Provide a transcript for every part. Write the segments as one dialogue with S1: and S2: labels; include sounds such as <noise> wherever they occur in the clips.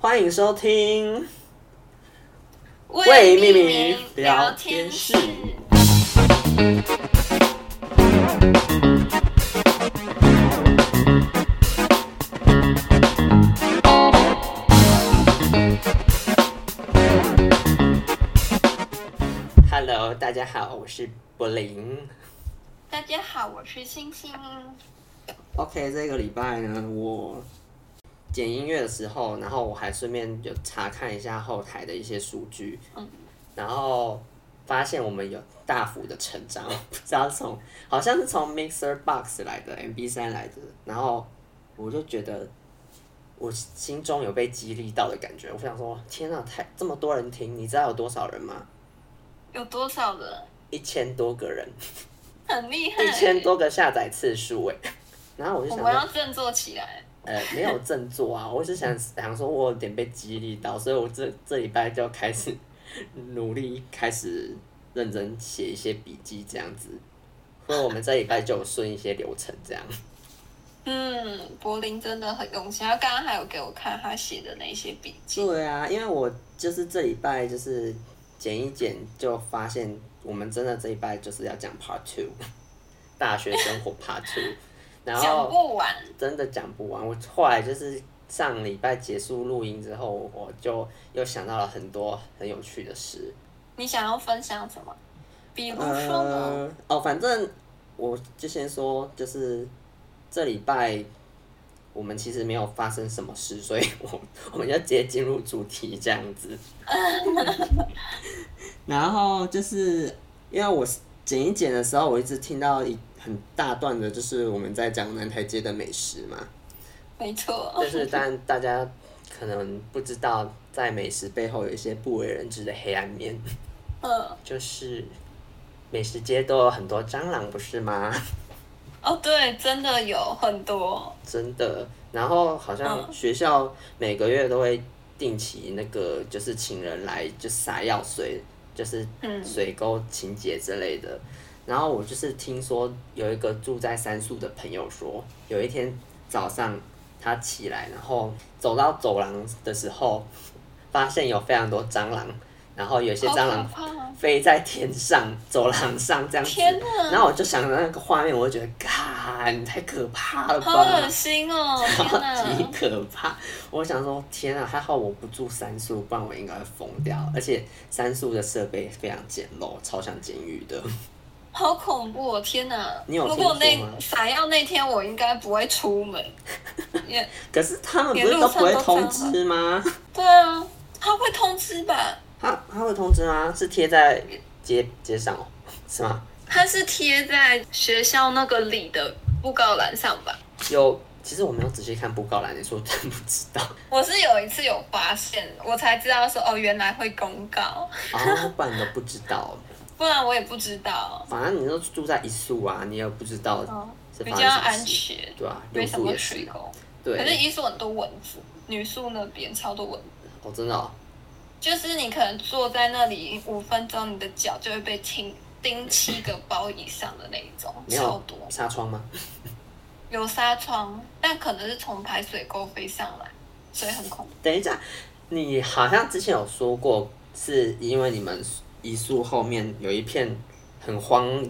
S1: 欢迎收听。
S2: 为
S1: 命
S2: 命
S1: 名
S2: 名
S1: 聊
S2: 聊
S1: 天
S2: 天
S1: 室
S2: 室。
S1: Hello，大家好，我是柏林。
S2: 大家好，我是星星。
S1: OK，这个礼拜呢，我剪音乐的时候，然后我还顺便有查看一下后台的一些数据，
S2: 嗯
S1: 然后发现我们有大幅的成长， <laughs> 不知道从好像是从 Mixer Box 来的，MB 三来的，然后我就觉得我心中有被激励到的感觉，我想说，天啊，太这么多人听，你知道有多少人吗？
S2: 有多少人？
S1: 一千多个人，
S2: 很厉害。
S1: 一千。多个下载次数哎，然后我就
S2: 我
S1: 想
S2: 们
S1: 说
S2: 要。振作起来。
S1: 呃，没有振作啊，我是想想说，我有点被激励到，所以我这这礼拜就开始努力，开始认真写一些笔记这样子。所以我们这礼拜就有顺一些流程这样。 <laughs>
S2: 嗯，柏林真的很用心。他刚刚还有给我看他写的那些笔记。
S1: 对啊，因为我就是这礼拜就是剪一剪，就发现我们真的这礼拜就是要讲 Part Two，大学生活 Part Two，然
S2: 讲
S1: 后
S2: 不完，
S1: 真的讲不完。我后来就是上礼拜结束录音之后，我就又想到了很多很有趣的事。
S2: 你想要分享什么？比如说呢？
S1: 呃，哦，反正我就先说，就是这礼拜我们其实没有发生什么事，所以我我们就直接进入主题这样子。然后就是因为我剪一剪的时候，我一直听到一很大段的，就是我们在讲南台街的美食嘛。
S2: 没错，
S1: 就是但大家可能不知道，在美食背后有一些不为人知的黑暗面， <laughs>
S2: 嗯，
S1: 就是美食街都有很多蟑螂，不是吗？
S2: 哦，对，真的有很多，
S1: 真的。然后好像
S2: 嗯
S1: 学校每个月都会定期那个，就是请人来就撒药水，就是
S2: 嗯
S1: 水沟清洁之类的。然后我就是听说有一个住在三宿的朋友说，有一天早上他起来，然后走到走廊的时候，发现有非常多蟑螂，然后有些
S2: 好
S1: 蟑
S2: 可
S1: 螂
S2: 怕哦！
S1: 飞在天上、走廊上这样子。
S2: 天哪
S1: 然后我就想到那个画面，我就觉得，干，太可怕了吧！
S2: 好恶心哦！ <laughs>
S1: 超
S2: 天
S1: <laughs> 级
S2: 哪，
S1: 可怕！我想说，天啊，还好我不住三宿，不然我应该会疯掉。而且三宿的设备非常简陋，超像监狱的。
S2: 好恐怖哦！天哪，
S1: 你有
S2: 如
S1: 听说
S2: 果
S1: 吗
S2: 那撒药那天我应该不会出门，
S1: <laughs>
S2: 也
S1: 可是他们不是都不会通知吗？
S2: 对啊，他会通知吧？
S1: 他他会通知吗？是贴在街街上哦，是吗？
S2: 他是贴在学校那个里的布告栏上吧？
S1: 有，其实我没有仔细看布告栏，你说我真不知道。
S2: 我是有一次有发现，我才知道说哦，原来会公告，
S1: 哦，不然你都不知道。
S2: 不然我也不知道。
S1: 反正你都住在一宿啊，你也不知道
S2: 哦
S1: 是
S2: 比
S1: 发生什么事。
S2: 哦较安全，
S1: 对啊，六
S2: 没什
S1: 宿
S2: 么
S1: 也
S2: 水
S1: 是。
S2: 沟。可是
S1: 对，
S2: 医宿很多蚊子，女宿那边超多蚊子。
S1: 哦，真的哦。
S2: 就是你可能坐在那里五分钟，你的脚就会被钉钉七个包以上的那一种，
S1: 没
S2: 超
S1: 有
S2: 多。
S1: 纱窗吗？
S2: 有纱窗，但可能是从排水沟飞上来，所以
S1: <laughs>
S2: 很恐怖。
S1: 等一下，你好像之前有说过，是因为你们移宿后面有一片很荒、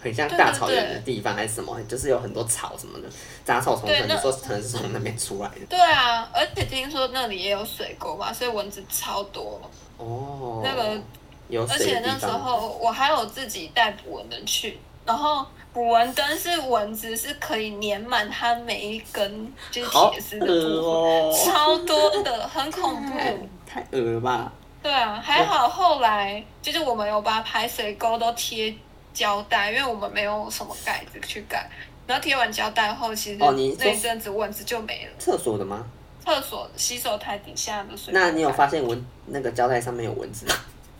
S1: 很像大草原的地方，还是什么？就是有很多草什么的，杂草丛生。
S2: 对那
S1: 你说可能是从那边出来的。
S2: 对啊，而且听说那里也有水沟吧，所以蚊子超多。
S1: 哦，
S2: 那个
S1: 有
S2: 而
S1: 水
S2: 且
S1: 的
S2: 那
S1: 地
S2: 时
S1: 方。
S2: 候我还有自己带捕蚊灯去，然后捕蚊灯是蚊子是可以粘满它每一根就是
S1: 好
S2: 铁丝的
S1: 恶
S2: 部
S1: 哦、
S2: 分，超多的，很恐怖。
S1: 太哎太恶了吧！
S2: 对啊，还好后来就是我们有把排水沟都贴胶带，因为我们没有什么盖子去盖。然后贴完胶带后，其实
S1: 哦你
S2: 那一阵子蚊子就没了。
S1: 厕所的吗？
S2: 厕所洗手台底下的水沟盖，
S1: 那你有发现蚊那个胶带上面有蚊子吗？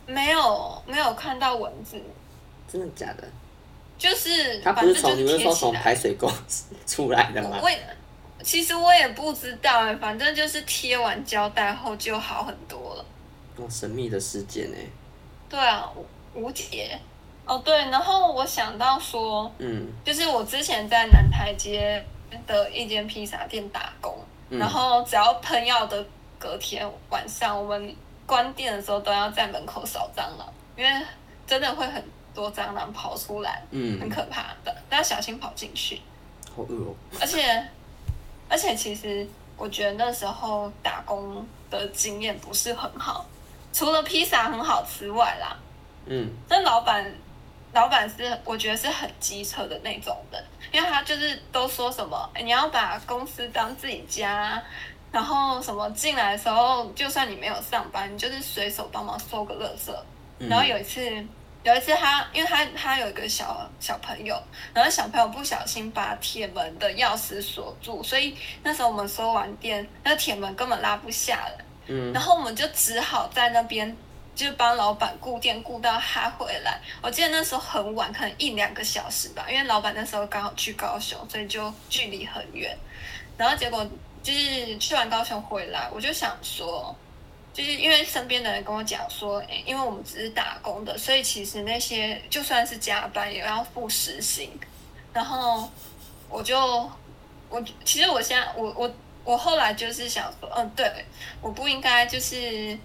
S2: 没有？没有看到蚊子，
S1: 真的假的？
S2: 就是
S1: 它
S2: 反
S1: 不
S2: 正
S1: 是
S2: 就
S1: 从你不是
S2: 贴
S1: 说
S2: 起
S1: 从
S2: 来。
S1: 排水沟出来的吗
S2: 我？也其实我也不知道哎、反正就是贴完胶带后就好很多了。
S1: 哦，神秘的事件呢、
S2: 对啊，无解。哦对，然后我想到说，
S1: 嗯
S2: 就是我之前在南台街的一间披萨店打工，
S1: 嗯，
S2: 然后只要喷药的隔天晚上我们关店的时候都要在门口扫蟑螂，因为真的会很多蟑螂跑出来，很
S1: 嗯，
S2: 可怕的，大家小心跑进去。
S1: 好饿哦，
S2: 而且，而且其实我觉得那时候打工的经验不是很好，除了披萨很好吃外啦，
S1: 嗯
S2: 那老板，老板是我觉得是很机车的那种人，因为他就是都说什么、哎你要把公司当自己家，然后什么进来的时候，就算你没有上班，你就是随手帮忙收个垃圾。
S1: 嗯，
S2: 然后有一次，有一次他，因为他他有一个小小朋友，然后小朋友不小心把铁门的钥匙锁住，所以那时候我们收完店，那铁门根本拉不下来。
S1: 嗯
S2: 然后我们就只好在那边就帮老板顾店顾到他回来。我记得那时候很晚，可能一两个小时吧，因为老板那时候刚好去高雄，所以就距离很远。然后结果就是去完高雄回来，我就想说，就是因为身边的人跟我讲说，诶因为我们只是打工的，所以其实那些就算是加班也要付时薪。然后我就我其实我现在嗯我我我后来就是想说，嗯，对我不应该就是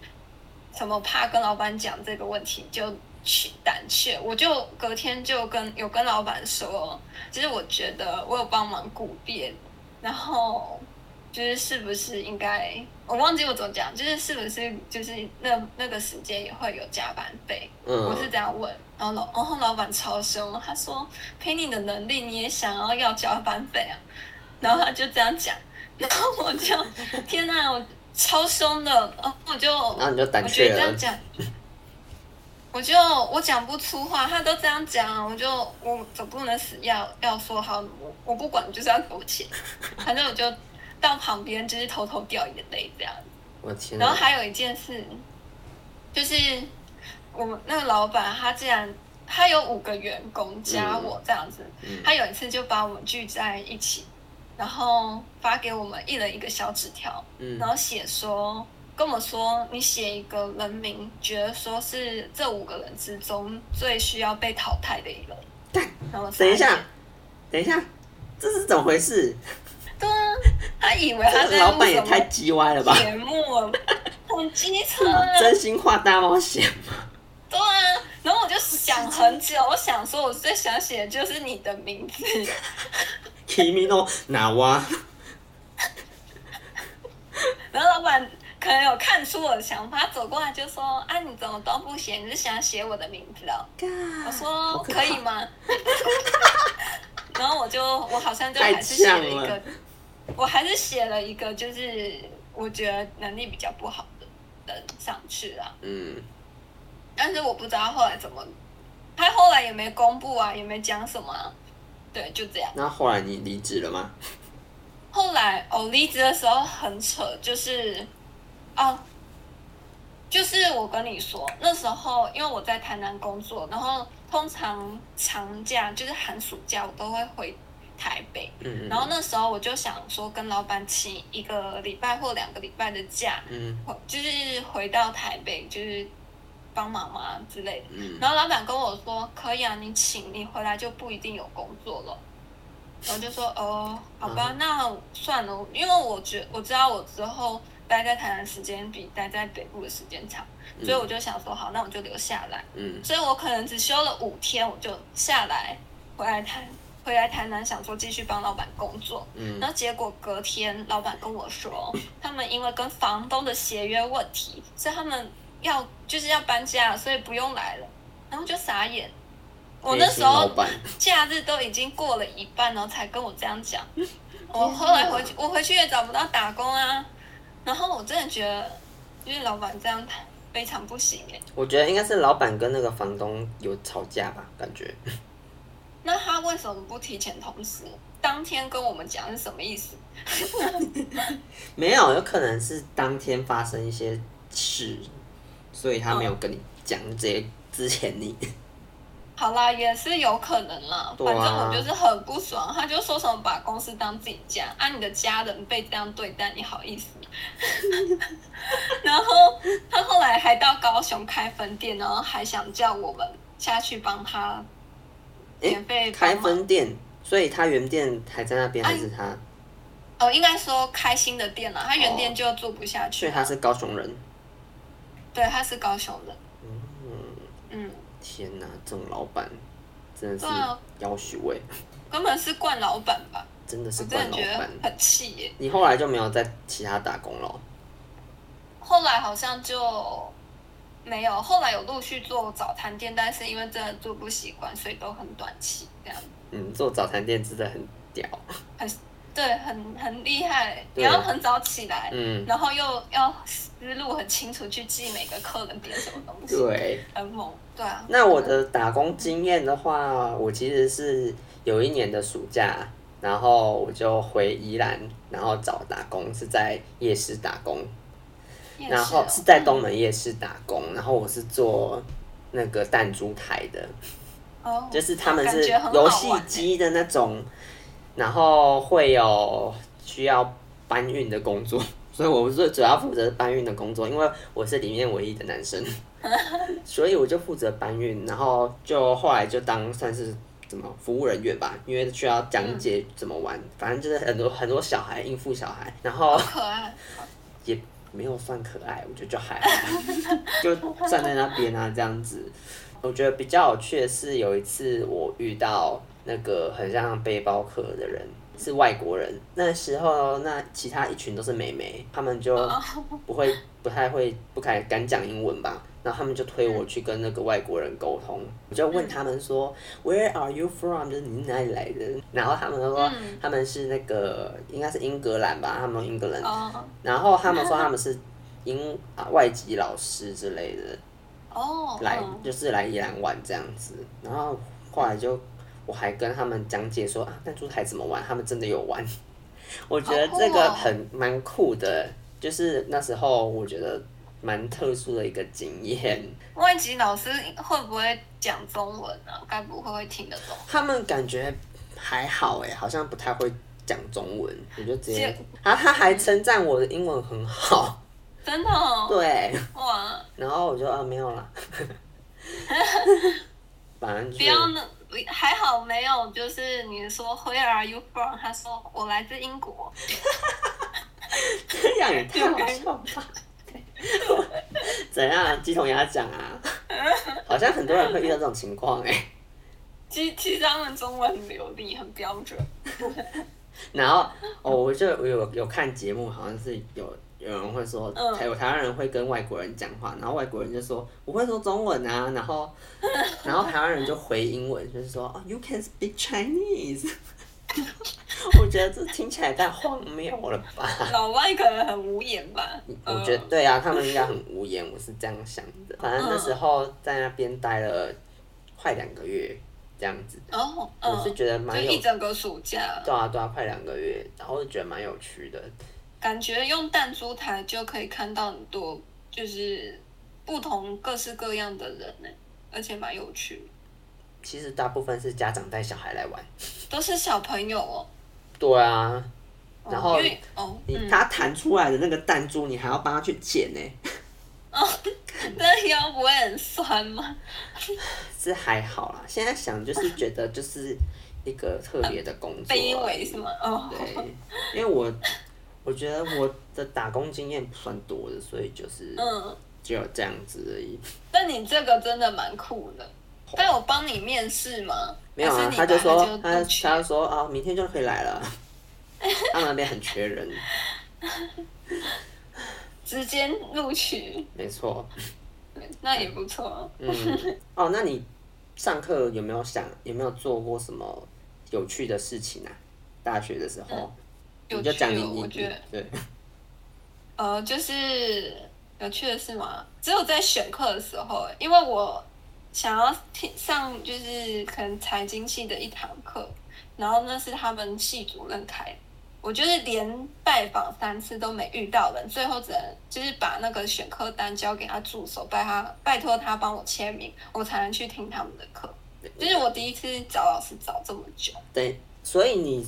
S2: 什么怕跟老板讲这个问题就去胆怯，我就隔天就跟有跟老板说，其实我觉得我有帮忙顾店，然后就是是不是应该我忘记我怎么讲，就是是不是就是那那个时间也会有加班费，我是
S1: 嗯，
S2: 这样问，然后老然后老板超凶，他说凭你的能力你也想要要加班费啊，然后他就这样讲，然后我就天哪、我超凶的，然后我就
S1: 然啊后你就胆
S2: 我觉
S1: 怯
S2: 得这
S1: 了
S2: 样，讲，我就我讲不出话，他都这样讲，我就我总不能死要要说好，我我不管，你就是要给我钱，反正我就到旁边就是偷偷掉眼泪这样。
S1: 我天
S2: 然后
S1: 哪，
S2: 还有一件事，就是我们那个老板他竟然他有五个员工加我这样子，
S1: 嗯
S2: 他有一次就把我们聚在一起，然后发给我们一人一个小纸条，然
S1: 嗯
S2: 后写说跟我说你写一个人名，觉得说是这五个人之中最需要被淘汰的一个人。然后我傻
S1: 等一
S2: 眼
S1: 下，等一下，这是怎么回事？
S2: 对啊，他以为他
S1: 这个
S2: 在
S1: 老
S2: 录
S1: 板也
S2: 什
S1: 太
S2: 么
S1: 鸡歪了吧！
S2: 节目了，很机车啊。
S1: <laughs> 真心话大冒险，
S2: 对啊，然后我就想很久，我想说，我最想写的就是你的名字， <laughs>
S1: 君の名哦は
S2: 然后老板可能有看出我的想法，他走过来就说：“啊，你怎么都不写？你是想写我的名字哦？”
S1: 好
S2: 我说：“
S1: 可
S2: 可
S1: 怕
S2: 以吗？” <laughs> 然后我就我好像就
S1: 太
S2: 还是写了一
S1: 呛了
S2: 个，我还是写了一个，就是我觉得能力比较不好的人上去啊。
S1: 嗯，
S2: 但是我不知道后来怎么，他后来也没公布啊，也没讲什么、啊，对，就这样。
S1: 那后来你离职了吗？
S2: 后来哦，离职的时候很扯，就是哦，就是我跟你说，那时候因为我在台南工作，然后通常长假就是寒暑假我都会回台北，
S1: 嗯
S2: 然后那时候我就想说跟老板请一个礼拜或两个礼拜的假，
S1: 嗯
S2: 回就是回到台北就是帮忙啊之类的。
S1: 嗯，
S2: 然后老板跟我说：“可以啊，你请，你回来就不一定有工作了。”然后就说：“哦，好吧，那算了，因为我觉我知道我之后待在台南时间比待在北部的时间长，所以我就想说，好，那我就留下来。
S1: 嗯
S2: 所以我可能只休了五天，我就下来回来台回来台南，想说继续帮老板工作。
S1: 嗯
S2: 然后结果隔天，老板跟我说， <clears throat> 他们因为跟房东的协约问题，所以他们要就是要搬家，所以不用来了。然后就傻眼，我那时
S1: 黑心
S2: 候
S1: 老板，
S2: 假日都已经过了一半了，才跟我这样
S1: <laughs>
S2: 讲。我后来回去，我回去也找不到打工啊。然后我真的觉得，因为老板这样非常不行哎、
S1: 我觉得应该是老板跟那个房东有吵架吧，感觉。
S2: 那他为什么不提前通知？当天跟我们讲是什么意思？
S1: 没有，有可能是当天发生一些事，所以他没有跟你讲，直接之前
S2: <laughs>
S1: 你，
S2: 好啦，也是有可能啦。
S1: 对
S2: 反
S1: 啊
S2: 正我就是很不爽，他就说什么把公司当自己家，啊，你的家人被这样对待，你好意思 <laughs> 吗？然后他后来还到高雄开分店，然后还想叫我们下去帮他免费帮
S1: 开
S2: 忙
S1: 分店，所以他原店还在那边，
S2: 哎
S1: 还是他？
S2: 哦，应该说开新的店了，他原店就做不下去
S1: 所以
S2: 了。
S1: 他是高雄人。
S2: 对，他是高雄人。嗯，
S1: 天哪，这种老板真的是
S2: 对啊
S1: 要许位，
S2: 根本是惯老板吧？
S1: 真的
S2: 我
S1: 是
S2: 真
S1: 惯
S2: 的
S1: 老
S2: 觉得
S1: 板。
S2: 很气耶。
S1: 你后来就没有在其他打工了？
S2: 后来好像就没有，后来有陆续做早餐店，但是因为真的做不习惯，所以都很短期这样。
S1: 嗯，做早餐店真的很屌。
S2: 对，很很厉害，你
S1: 对
S2: 要很早起来，
S1: 嗯，
S2: 然后又要思路很清楚去记每个客人点什么东西，
S1: 对。
S2: 很猛。对啊，
S1: 那我的打工经验的话，我其实是有一年的暑假，然后我就回宜兰，然后找打工，是在夜市打工，
S2: 夜市哦
S1: 然后是在东门夜市打工，然后我是做那个弹珠台的，
S2: 哦，
S1: 就是他们
S2: 感
S1: 是
S2: 觉很好
S1: 游戏
S2: 玩欸
S1: 机的那种，然后会有需要搬运的工作， <laughs> 所以我是主要负责搬运的工作，因为我是里面唯一的男生， <laughs> 所以我就负责搬运，然后就后来就当算是怎么服务人员吧，因为需要讲解
S2: 嗯
S1: 怎么玩，反正就是很多很多小孩应付小孩，然后
S2: 好欸可爱。
S1: 也没有算可爱，我觉得就还好， <laughs> 就站在那边啊这样子。我觉得比较有趣的是，有一次我遇到那个很像背包客的人，是外国人。那时候那其他一群都是美眉，他们就不会不太会不敢敢讲英文吧，然后他们就推我去跟那个外国人沟通，我就问他们说、Where are you from？就是你哪里来的？然后他们说、
S2: 嗯
S1: 他们是那个应该是英格兰吧，他们英格兰
S2: 哦
S1: 然后他们说他们是英啊外籍老师之类的，
S2: 哦，
S1: 来
S2: 嗯
S1: 就是来宜兰玩这样子。然后后来就我还跟他们讲解说啊，弹珠台怎么玩，他们真的有玩。 <laughs> 我觉得
S2: 好酷哦
S1: 这个很蛮酷的，就是那时候我觉得蛮特殊的一个经验。
S2: 外籍老师会不会讲中文啊？该不会会听得懂？
S1: 他们感觉还好哎，好像不太会讲中文，我就直接
S2: 结
S1: 啊，他还称赞我的英文很好，
S2: 真的、哦？
S1: 对。
S2: 哇！
S1: 然后我就啊没有啦， <laughs> 反正就
S2: 不要那，还好没有，就是你说 Where are you from？他说我来自英国。
S1: 这样也太好笑了吧。怎样？鸡同鸭讲啊，好像很多人会遇到这种情况哎、
S2: 其实其实他们中文很流利，很标准。
S1: 然后哦，我就我有有看节目，好像是有有人会说，
S2: 嗯
S1: 台有台湾人会跟外国人讲话，然后外国人就说我会说中文啊，然
S2: <laughs>
S1: 后然后台湾人就回英文，就是说哦，You can speak Chinese 。 <laughs> 我觉得这听起来太荒谬了吧。
S2: 老外可能很无言吧。呃
S1: 我觉得对啊，他们应该很无言，我是这样想
S2: <laughs>
S1: 的。反正那
S2: 嗯
S1: 时候在那边待了快两个月这样子，
S2: 呃哦，
S1: 我是
S2: 嗯，
S1: 觉得
S2: 就
S1: 蛮有
S2: 一整个暑假，
S1: 对啊对啊，快两个月，然后就觉得蛮有趣的。
S2: 感觉用弹珠台就可以看到很多，就是不同各式各样的人呢、而且蛮有趣的，
S1: 其实大部分是家长带小孩来玩，
S2: 都是小朋友哦。
S1: 对啊，
S2: 哦
S1: 然后
S2: 因为哦，
S1: 你、
S2: 嗯，
S1: 他弹出来的那个弹珠，你还要帮他去捡呢、
S2: 那腰不会很酸吗？
S1: 是还好啦。现在想就是觉得就是一个特别的工作而啊已，
S2: 卑微是吗？哦，
S1: 对，因为我我觉得我的打工经验不算多的，所以就是
S2: 嗯，
S1: 只有这样子而已。
S2: 但你这个真的蛮酷的。但我帮你面试吗？
S1: 没有
S2: 还是
S1: 啊，
S2: 你
S1: 他就
S2: 本
S1: 说
S2: 来就
S1: 他
S2: 录取
S1: 他就说啊，明天就可以来了。他们那边很缺人，
S2: 直接录取，
S1: 没错。
S2: 那也不错。啊
S1: 嗯，哦，那你上课有没有想有没有做过什么有趣的事情啊？大学的时候，
S2: 嗯有
S1: 你就
S2: 趣
S1: 讲你
S2: 哦，
S1: 你
S2: 我觉得。
S1: 对，
S2: 呃，就是有趣的是吗？只有在选课的时候，欸因为我想要听上就是可能财经系的一堂课，然后那是他们系主任开的，我就是连拜访三次都没遇到人，最后只能就是把那个选课单交给他助手，拜他拜托他帮我签名，我才能去听他们的课。就是我第一次找老师找这么久，
S1: 对，所以你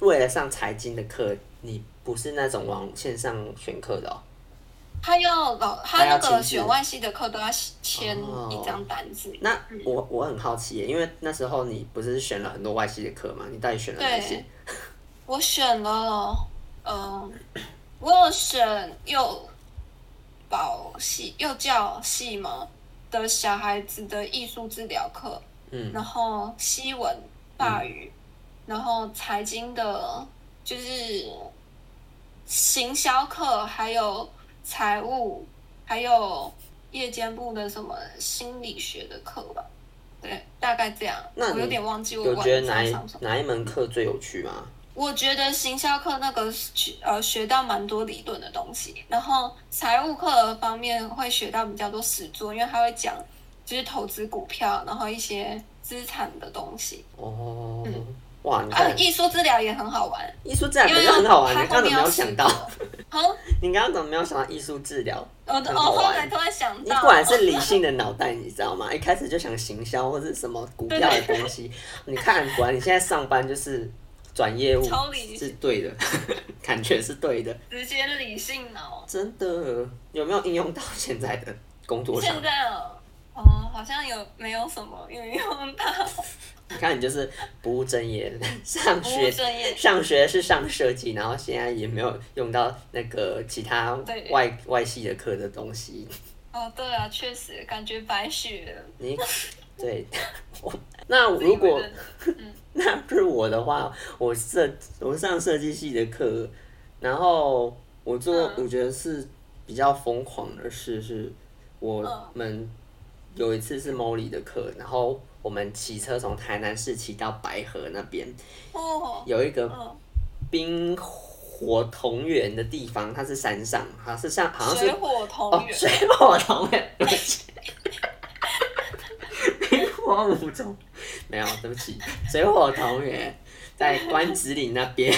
S1: 为了上财经的课，你不是那种网线上选课的哦。
S2: 他要老他
S1: 还要
S2: 那个
S1: 亲自
S2: 选外系的课都要签
S1: 哦
S2: 一张单子，
S1: 那我我很好奇耶，因为那时候你不是选了很多外系的课嘛？你到底选了哪些？
S2: 我选了嗯，我有选幼保系、幼教系嘛的小孩子的艺术治疗课，
S1: 嗯
S2: 然后西文、法语，然后财经的，就是行销课，还有财务，还有夜间部的什么心理学的课吧。对，大概这样。
S1: 那你
S2: 我有点忘记我
S1: 有
S2: 晚
S1: 觉得哪
S2: 上
S1: 一
S2: 上什么。
S1: 哪一门课最有趣吗？
S2: 我觉得行销课那个学呃学到蛮多理论的东西，然后财务课方面会学到比较多实作，因为他会讲就是投资股票，然后一些资产的东西。
S1: 哦，
S2: 嗯
S1: 哇，你
S2: 啊
S1: 看，
S2: 艺术治疗也很好玩，
S1: 艺术治疗
S2: 因
S1: 感
S2: 为
S1: 觉很好玩，
S2: 它
S1: 你
S2: 后
S1: 刚刚怎么没
S2: 面有
S1: 有
S2: 实
S1: 想
S2: 作哦
S1: 到？。
S2: 哼，
S1: <laughs> 你刚刚怎么没有想到艺术治疗？
S2: 我的
S1: 很
S2: 我
S1: 好
S2: 后
S1: 玩
S2: 来突然想
S1: 你
S2: <laughs> 到，
S1: 果然是理性的脑袋，你知道吗？一开始就想行销或是什么股票的东西。你看，果然你现在上班就是转业务
S2: 超理性
S1: 是对的， <laughs> 感觉是对的，
S2: 直接理性脑。
S1: 真的有没有应用到现在的工作上
S2: 现？在哦，哦，好像有没有什么运用 <laughs> 到？
S1: 你看，你就是不务正
S2: <laughs>
S1: 业，上
S2: 不务
S1: 学
S2: 正业，
S1: 上学是上设计，然后现在也没有用到那个其他
S2: 对
S1: 外外系的课的东西。
S2: 哦，对啊，确实感觉白雪了。
S1: 你
S2: <laughs>
S1: 对，我那
S2: 自以为
S1: 如果
S2: 认
S1: 那是我的话，我设我上设计系的课，然后我做、
S2: 嗯
S1: 我觉得是比较疯狂的事是，我
S2: 嗯
S1: 们有一次是 Molly 的课，然后我们骑车从台南市骑到白河那边，
S2: 哦，
S1: 有一个
S2: 嗯，
S1: 冰火同源的地方，它是山上，它是像好像是
S2: 水火
S1: 哦
S2: 同，源。
S1: 水火同源，对不起， <laughs> 冰火五重，没有，对不起，水火同源在关子岭那边，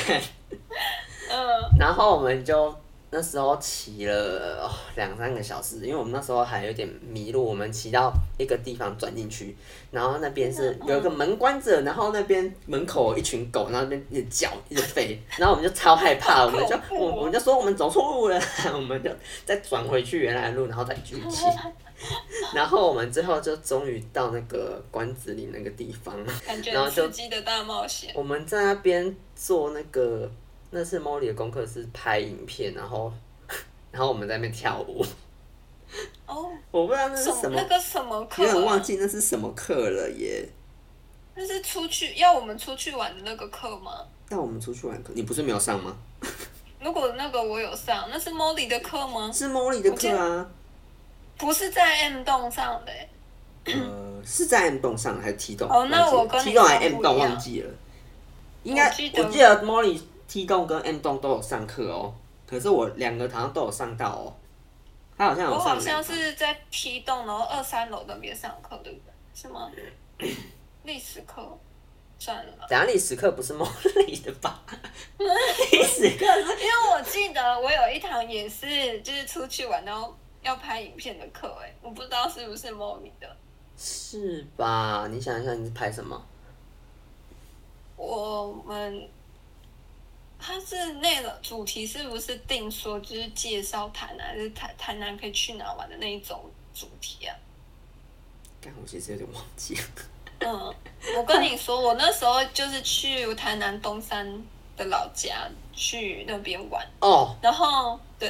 S2: 嗯，
S1: 然后我们就那时候骑了哦两、三个小时，因为我们那时候还有点迷路，我们骑到一个地方转进去，然后那边
S2: 嗯
S1: 是有一个门关着，然后那边门口有一群狗，然后那边一直叫一直吠，然后我们就超害怕，我们就
S2: 好恐怖
S1: 我
S2: 哦
S1: 我们就说我们走错路了， <laughs> 我们就再转回去原来的路，然后再继续
S2: <laughs>
S1: 骑。然后我们最后就终于到那个关子岭那个地方，
S2: 感觉
S1: 然后
S2: 很
S1: 就
S2: 刺激的大冒险。
S1: 我们在那边做那个，那次 Molly 的功课是拍影片，然后然后我们在那边跳舞，
S2: 哦，
S1: 我不知道那是
S2: 什
S1: 什么
S2: 那，个什么课
S1: 有
S2: 啊？
S1: 点忘记那是什么课了耶。
S2: 那是出去要我们出去玩的那个课吗？
S1: 但我们出去玩课，你不是没有上吗？
S2: 如果那个我有上，那是 Molly 的课吗？
S1: 是 Molly 的课啊，
S2: 不是在 M 栋上的欸、
S1: 呃，是在 M 栋上还是 T 栋？
S2: 哦那我
S1: 忘记了
S2: 跟你
S1: T 栋还是
S2: 上
S1: M
S2: 不
S1: 栋
S2: 一样
S1: 忘记了，应该
S2: 我记得
S1: 我记得 Molly T 栋跟 M 栋都有上课哦，可是我两个好像都有上到哦，他好像有
S2: 我
S1: 上
S2: 好
S1: 两
S2: 像
S1: 个
S2: 是在 T 栋，然后二三楼那边上课，对不对？是吗？历史课，算了吧。
S1: 等下历史课不是梦里的吧？ <laughs> 历史课是
S2: 因为我记得我有一堂也是，就是出去玩然后要拍影片的课，哎，我不知道是不是 Molly 的。
S1: 是吧？你想一下，你拍什么？
S2: 我们它是那个主题是不是定说就是介绍台南，还是台台南可以去哪玩的那一种主
S1: <laughs>
S2: 题啊？
S1: 但我其实有点忘记了。
S2: 嗯，我跟你说，我那时候就是去台南东山的老家去那边玩，
S1: 哦，
S2: 然后对，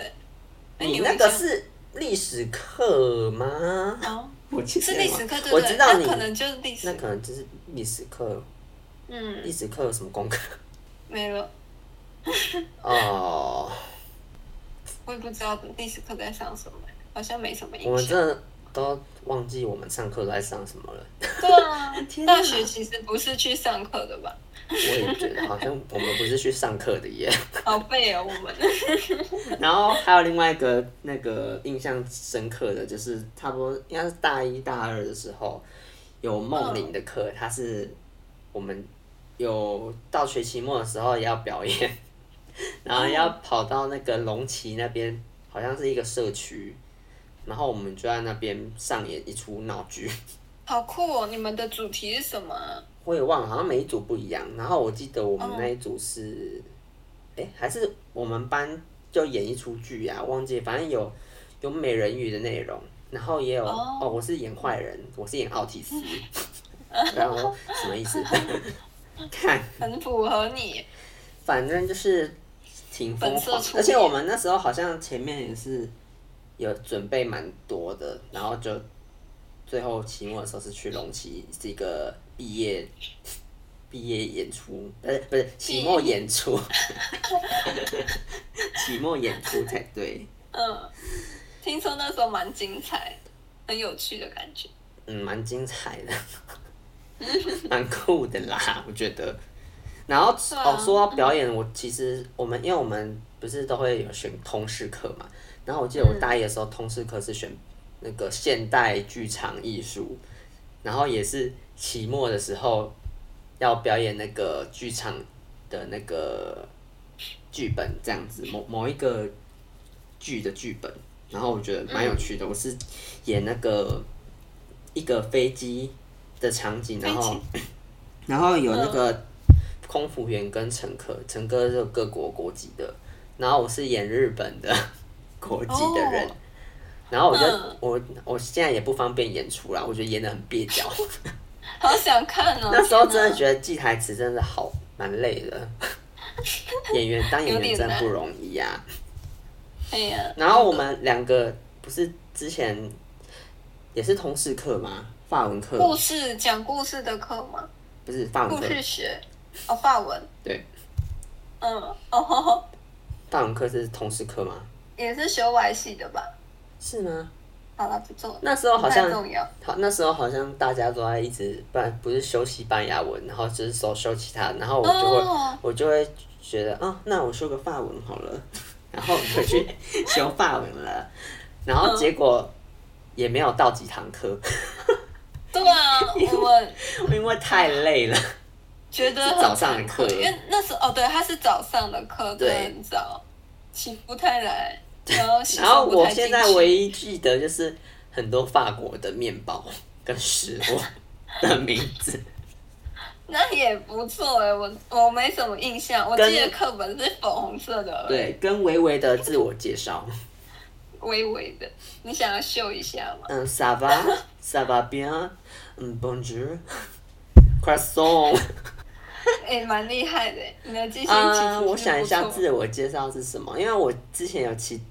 S1: 你
S2: 哎有
S1: 那
S2: 印
S1: 个
S2: 象
S1: 是历史课吗？ <laughs>
S2: 哦，
S1: 我其实
S2: 是历史课对
S1: 我
S2: 不
S1: 知
S2: 对？
S1: 道
S2: 那
S1: 你
S2: 可能就是历史
S1: 那，可能就是历史课，历
S2: 嗯，
S1: 史课有什么功课？
S2: 没了，
S1: 哦，
S2: 我也不知道历史课在上什么，好像没什么
S1: 我
S2: 印
S1: 们
S2: 象。
S1: 真的都忘记我们上课都在上什么了。
S2: 对啊
S1: 天，哪
S2: 大学其实不是去上课的吧？
S1: 我也觉得好像我们不是去上课的耶。
S2: 好背哦，我们。 <laughs>
S1: 然后还有另外一个那个印象深刻的，就是差不多应该是大一大二的时候，有梦玲的课，她是我们有到学期末的时候也要表演， <laughs> 然后要跑到那个龙旗那边，好像是一个社区，然后我们就在那边上演一出闹剧。
S2: 好酷哦！你们的主题是什么啊？
S1: 我也忘了，好像每一组不一样。然后我记得我们那一组是，哎、还是我们班就演一出剧啊，忘记，反正有有美人鱼的内容，然后也有哦
S2: 哦
S1: 我是演坏人，我是演奥体斯，然后 <laughs> 什么意思？看，
S2: 很符合你。
S1: 反正就是挺疯狂
S2: 本色出
S1: 的，而
S2: 演
S1: 且我们那时候好像前面也是有准备蛮多的，然后就最后期末的时候是去龙崎是一个毕业毕业演出，不是不是期末演出， <laughs> 期末演出才对，
S2: 嗯，听说那时候蛮精彩，很有趣的感觉。
S1: 嗯，蛮精彩的，蛮酷的啦，我觉得。然后、
S2: 对啊
S1: 哦，说到表演，我其实我们因为我们不是都会有选通识课嘛，然后我记
S2: 嗯
S1: 得我大一的时候、通识课是选那个现代剧场艺术，然后也是期末的时候要表演那个剧场的那个剧本这样子，某某一个剧的剧本，然后我觉得蛮有趣
S2: 嗯
S1: 的，我是演那个一个飞机的场景，然后 <coughs> 然后有那个
S2: 嗯
S1: 空服员跟乘客，乘客就各国国籍的，然后我是演日本的 <laughs> 国籍的人。
S2: 哦
S1: 然后我就、
S2: 嗯
S1: 我我现在也不方便演出啦，我觉得演的很蹩脚。
S2: 好想看哦！
S1: 那时候
S2: 天
S1: 真
S2: 哪
S1: 的觉得记台词真的好蛮累的，演员当演
S2: 有
S1: 员
S2: 点
S1: 真的
S2: 难
S1: 不容易呀、
S2: 哎呀，
S1: 然后我们两个不是之前也是通识课吗？法文课
S2: 故事讲故事的课吗？
S1: 不是法文
S2: 故
S1: 课，
S2: 事学哦，法文。
S1: 对，
S2: 嗯，哦吼吼，
S1: 法文课是通识课吗？
S2: 也是学外系的吧？
S1: 是吗？
S2: 嗯好了，不重，
S1: 那时哦候好
S2: 不
S1: 像
S2: 太重要。
S1: 好，那时候好像大家都在一直不然不是修西班牙文，然后就是说修其他，然后我就会、
S2: 哦，
S1: 我就会觉得啊、那我修个法文好了，然后我就去修法文了，然后结果也没有到几堂课，
S2: 对啊，
S1: <laughs>
S2: 我们
S1: 因为太累了。
S2: 觉得很
S1: 是早上的课
S2: 因为那时候哦，对，他是早上的课，
S1: 对
S2: 真的很早，起不太来，然后洗
S1: 然后
S2: 手不
S1: 我
S2: 太进
S1: 现
S2: 去
S1: 在唯一记得就是很多法国的面包跟食物的名字，
S2: 那也不错哎，我我没什么印象，我
S1: 跟
S2: 记得课本是粉红色的，，
S1: 对，跟微微的自我介绍。
S2: 微微的，你想要秀一下吗？ <laughs>
S1: 嗯，ça va, ça va bien, 嗯，bonjour, croissant。
S2: 哎、蛮厉害的，你的记性其实、
S1: 啊，我想一下自我介绍是什么，因为我之前有其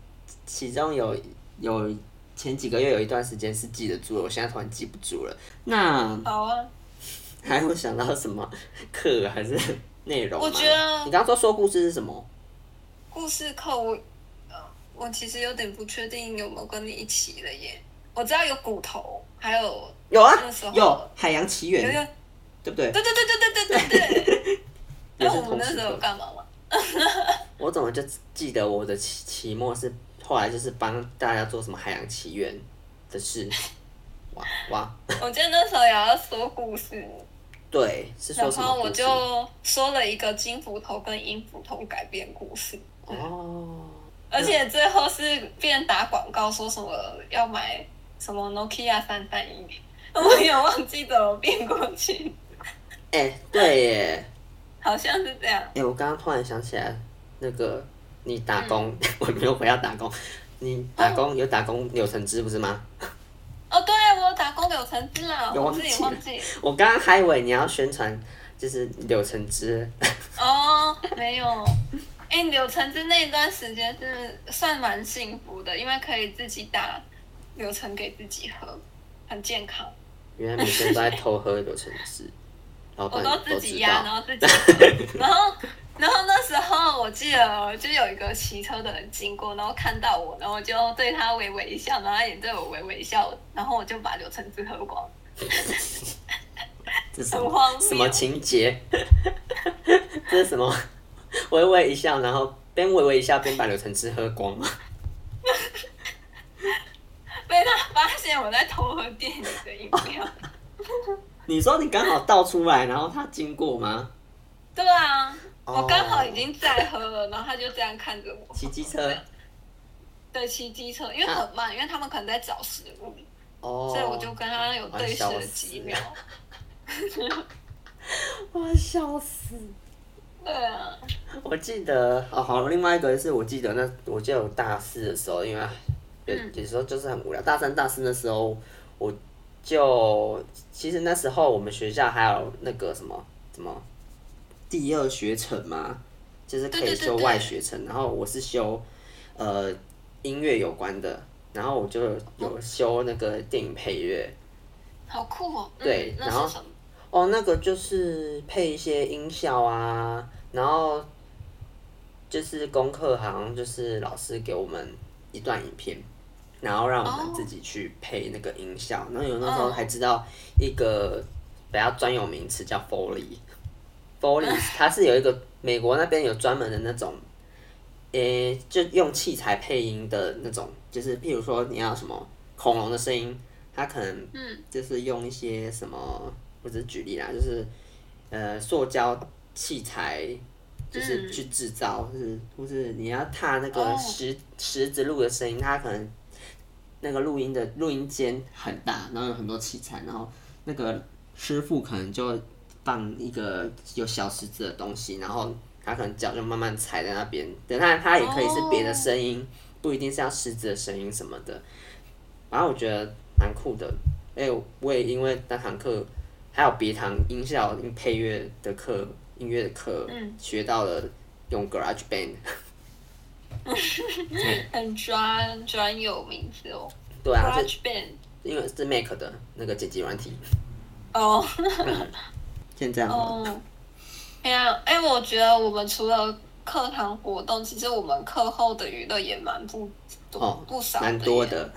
S1: 其中有有前几个月有一段时间是记得住了，我现在突然记不住了。那
S2: 好啊，
S1: 还会想到什么课还是内容吗？
S2: 我觉得
S1: 你刚刚说说故事是什么？
S2: 故事课我，呃我其实有点不确定有没有跟你一起了耶，我知道有骨头，还有
S1: 有啊
S2: 那时，候
S1: 有《海洋奇
S2: 有
S1: 缘
S2: 有，》，
S1: 对不对？
S2: 对对对对对对
S1: <laughs>
S2: 对对。
S1: 也
S2: 那
S1: 是
S2: 我们
S1: 同
S2: 那
S1: 时
S2: 时候有
S1: 课。
S2: 干嘛吗？
S1: 我怎么就记得我的期期末是后来就是帮大家做什么《海洋奇缘》的事？哇哇，
S2: 我记得那时候也要说故事，
S1: 对，是说
S2: 然
S1: 什么
S2: 后
S1: 故
S2: 我
S1: 事？
S2: 就说了一个金斧头跟银斧头改编故事，
S1: 哦，
S2: 而且最后是变打广告，说什么要买什么 Nokia 三三一，
S1: 嗯
S2: 我也忘记怎么变过去，
S1: 哎、对耶，
S2: 好像是这样
S1: 哎、。我刚刚突然想起来，那个你打工，
S2: 嗯
S1: <laughs> 我没有回到打工，你打工、有打工柳橙汁不是吗？
S2: 哦，对我有打工柳橙汁啦，
S1: 有
S2: 我
S1: 忘记
S2: 自己忘记。
S1: 我刚刚还以为你要宣传就是柳橙汁，
S2: 哦，没有。哎、柳橙汁那一段时间是算蛮幸福的，因为可以自己打柳橙给自己喝，很健康。
S1: 原来每天都在偷喝柳橙汁，老
S2: 我
S1: 板
S2: 都
S1: 都
S2: 自己
S1: 知
S2: 压，然
S1: 道。
S2: 后自己喝，
S1: <laughs>
S2: 然后然后那时候我记得哦就有一个骑车的人经过，然后看到我，然后我就对他微微一笑，然后他也对我微微一笑，然后我就把柳橙汁喝光。
S1: 这是什
S2: 很荒
S1: 么
S2: 谬
S1: 什么情节？这是什么？微微一笑，然后边微微一笑边把柳橙汁喝光吗？ <laughs>
S2: 被他发现我在偷喝店里的饮
S1: <laughs>
S2: 料。
S1: 你说你刚好倒出来，然后他经过吗？
S2: 对啊，
S1: 哦
S2: 我刚好已经在喝了，然后他就这样看着我。
S1: 骑机车
S2: 对，骑机车，因为很慢，因为他们可能在找食物，
S1: 哦，
S2: 所以我就跟他有对视了几
S1: <laughs>
S2: 秒。
S1: 我要笑死。
S2: 对啊，
S1: 我记得哦，好，另外一个是我记得那，我记得我大四的时候，因为有
S2: 嗯
S1: 有时候就是很无聊。大三、大四的时候，我就其实那时候我们学校还有那个什么什么第二学程嘛，就是可以
S2: 对对对
S1: 修
S2: 对
S1: 外学程，然后我是修呃音乐有关的，然后我就
S2: 哦
S1: 有修那个电影配乐，
S2: 好酷哦。嗯
S1: 对
S2: 那
S1: 然后
S2: 是什么？
S1: 哦，那个就是配一些音效啊，然后就是功课好像就是老师给我们一段影片，然后让我们
S2: 哦
S1: 自己去配那个音效。然后有那时候
S2: 嗯
S1: 还知道一个比较专有名词叫 Foley，Foley 它是有一个美国那边有专门的那种，诶、就用器材配音的那种，就是譬如说你要什么恐龙的声音，它可能
S2: 嗯
S1: 就是用一些什么，我只是举例啦，就是呃，塑胶器材，就是
S2: 嗯
S1: 去制造，就是或是你要踏那个
S2: 哦
S1: 石、石子路的声音，它可能那个录音的录音间很大，然后有很多器材，然后那个师傅可能就放一个有小石子的东西，然后他可能脚就慢慢踩在那边，等他他也可以是别的声音
S2: 哦
S1: 不一定是要狮子的声音什么的。然后我觉得蛮酷的，哎、我也因为那堂课，还有别堂音效配乐的课、音乐的课，
S2: 嗯
S1: 学到了用 Garage Band。
S2: 很专专有名词哦。
S1: 嗯对啊，是
S2: Garage Band。
S1: 因为是 Mac 的那个剪辑软体。
S2: 哦
S1: 嗯现在哦，
S2: <laughs> 哦。哎呀，哎，我觉得我们除了课堂活动，其实我们课后的娱乐也蛮不
S1: 哦
S2: 多不少
S1: 蛮多
S2: 耶
S1: 的，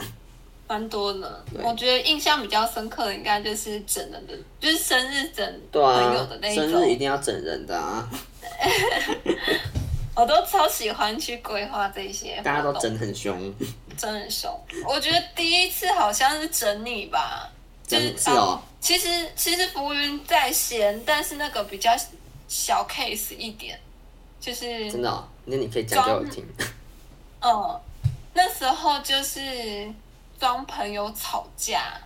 S2: 蛮多的。
S1: 对
S2: 我觉得印象比较深刻的应该就是整人的，就是生日整
S1: 对
S2: 朋友
S1: 啊
S2: 的那，一
S1: 生
S2: 种，
S1: 日一定要整人的啊，
S2: 我都超喜欢去规划这些活动，
S1: 大家都整很凶，
S2: 真人秀。我觉得第一次好像是整你吧，就是
S1: 整是哦
S2: 帮其实其实浮云在先，但是那个比较小 case 一点，就是
S1: 真的哦。那你可以讲给我听，
S2: 嗯，那时候就是装朋友吵架，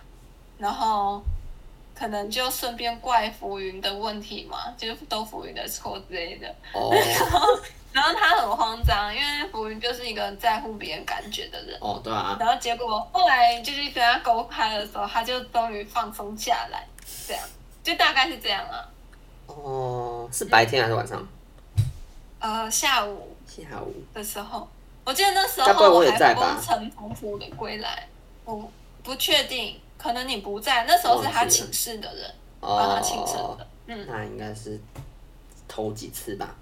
S2: 然后可能就顺便怪浮云的问题嘛，就是都浮云的错之类的。
S1: 哦
S2: 然后他很慌张，因为浮云就是一个在乎别人感觉的人。
S1: 哦，对
S2: <laughs>
S1: 啊，
S2: 然后结果后来就是跟他沟拍的时候，他就终于放松下来，这样就大概是这样啊。
S1: 哦，是白天还是晚上？
S2: 呃，下午
S1: 下午。
S2: 的时候，我记得那时候
S1: 该不会我也
S2: 还
S1: 在吧
S2: 风尘仆仆的归来，我不确定，可能你不在，那时候是他请示的人啊帮他请示
S1: 哦
S2: 的，，嗯，
S1: 那应该是头几次吧。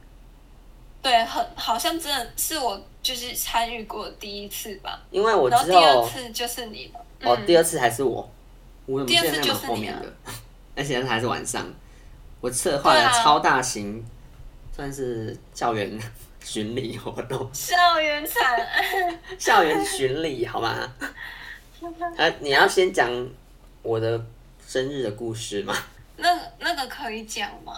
S2: 对，很好像真的是我就是参与过的第一次吧，
S1: 因为我
S2: 然后
S1: 之
S2: 第二
S1: 后
S2: 次就是你了，
S1: 哦，
S2: 嗯，
S1: 第二次还是我，我
S2: 第二次
S1: 现在
S2: 就
S1: 蛮
S2: 是
S1: 后
S2: 你
S1: 面
S2: 了
S1: 的，而且还是晚上，我策划了
S2: 对啊
S1: 超大型，算是校园 <laughs> 巡礼活动，
S2: 校园惨 <laughs> 案，
S1: 校园巡礼好吗？啊，你要先讲我的生日的故事吗？
S2: 那那个可以讲吗？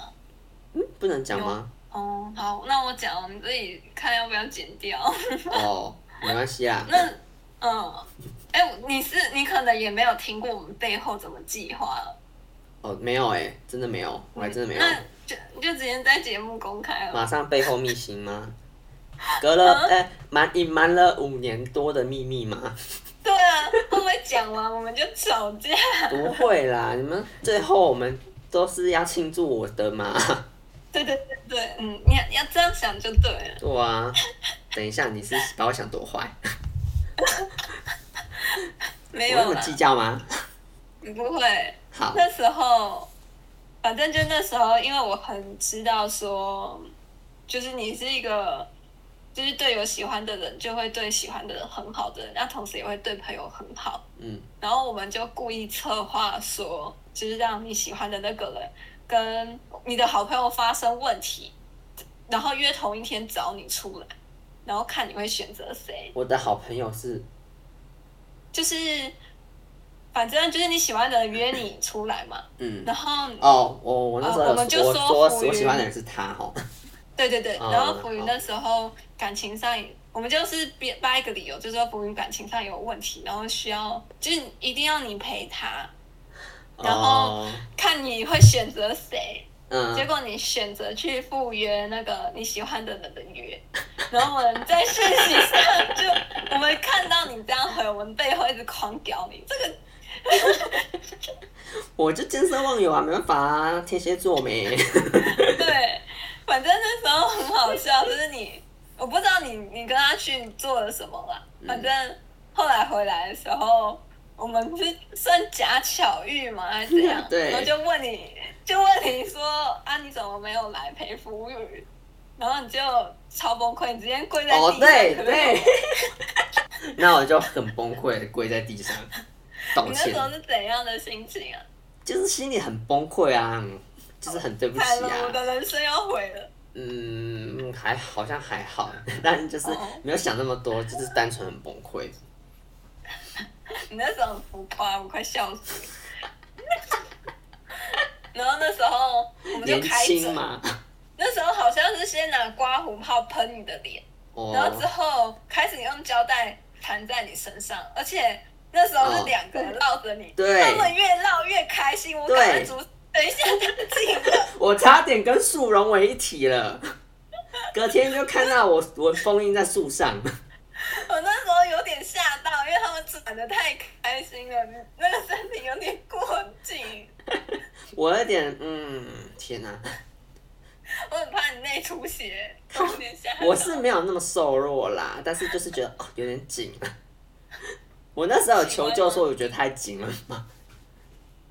S1: 嗯，不能讲吗？
S2: 哦，好，那我讲，你自己看要不要剪掉。 <laughs>
S1: 哦，没关系啊。
S2: 啊那嗯，哎、你是你可能也没有听过我们背后怎么计划了。
S1: 哦，没有哎、真的没有，我还真的没有。啊
S2: 那就就直接在节目公开了。
S1: 马上背后秘辛吗？隔了
S2: 呃
S1: 哎，瞒隐瞒了五年多的秘密
S2: <laughs>
S1: 吗？
S2: 对啊，会不会讲完我们就吵架？ <laughs>
S1: 不会啦，你们最后我们都是要庆祝我的
S2: <laughs>
S1: 嘛。
S2: 对对对对，嗯，你要你要这样想就对了。
S1: 对啊，等一下你是把我想多坏？
S2: 没
S1: 我那
S2: 有
S1: 么
S2: 啦，
S1: 计较吗？
S2: 不会。
S1: 好，
S2: 那时候，反正就那时候，因为我很知道说，就是你是一个，就是对有喜欢的人，就会对喜欢的人很好的人，那同时也会对朋友很好。
S1: 嗯，
S2: 然后我们就故意策划说，就是让你喜欢的那个人跟你的好朋友发生问题，然后约同一天找你出来，然后看你会选择谁。
S1: 我的好朋友是
S2: 就是反正就是你喜欢的人约你出来嘛，
S1: 嗯。
S2: 然后
S1: 哦，我我那时候
S2: 哦
S1: 有
S2: 我们就
S1: 我
S2: 说
S1: 说
S2: 浮云
S1: 我喜欢的人是他哦，
S2: 对对对，
S1: 哦
S2: 然后浮云那时候感情上也，我们就是编掰一个理由，就是说浮云感情上有问题，然后需要就是一定要你陪他，然后
S1: 哦
S2: 看你会选择谁。结
S1: 嗯，
S2: 果你选择去赴约那个你喜欢的人的约， <laughs> 然后我们在讯息上就我们看到你这样回，我们背后一直狂屌你，这个 <laughs>
S1: 我就见色忘友啊，没办法啊，天蝎座没。？
S2: 对，反正那时候很好笑，就是你，我不知道你你跟他去做了什么啦。反正后来回来的时候，我们是算假巧遇吗？还是怎样
S1: <laughs> 对
S2: 然后就问你，就问你说啊，你怎么没有来陪服务员？然后你就超崩溃，你直接跪在地上。
S1: 哦，对
S2: 可是
S1: 对， <laughs> 那我就很崩溃，跪在地上道
S2: 你那
S1: 歉
S2: 时，候是怎样的心情啊？
S1: 就是心里很崩溃啊，就是很对不起
S2: 惨了，我
S1: 啊，
S2: 的人生要毁了。
S1: 嗯，还好像还好，啊 <laughs> 但就是
S2: 哦
S1: 没有想那么多，就是单纯很崩溃。
S2: 你那时候很浮夸，我快笑死了。然后那时候我们就
S1: 年
S2: 开
S1: 轻
S2: 整，
S1: 嘛，
S2: 那时候好像是先拿刮胡泡喷你的脸，然后之
S1: 哦，
S2: 后开始用胶带缠在你身上，而且那时候是两个人绕着你，
S1: 哦对
S2: 他们越绕越开心，我赶快
S1: 对
S2: 阻，等一下他进了，
S1: 我差点跟树融为一体了。隔天就看到我我封印在树上， <laughs>
S2: 我那时候有点吓到，因为他们转的太开心了，那个身体有点过紧，
S1: 我有点嗯，天哪、
S2: 我很怕你内出血，有点吓到。
S1: 我是没有那么瘦弱啦，但是就是觉得哦有点紧了。我那时候有求救说我觉得太紧了嘛，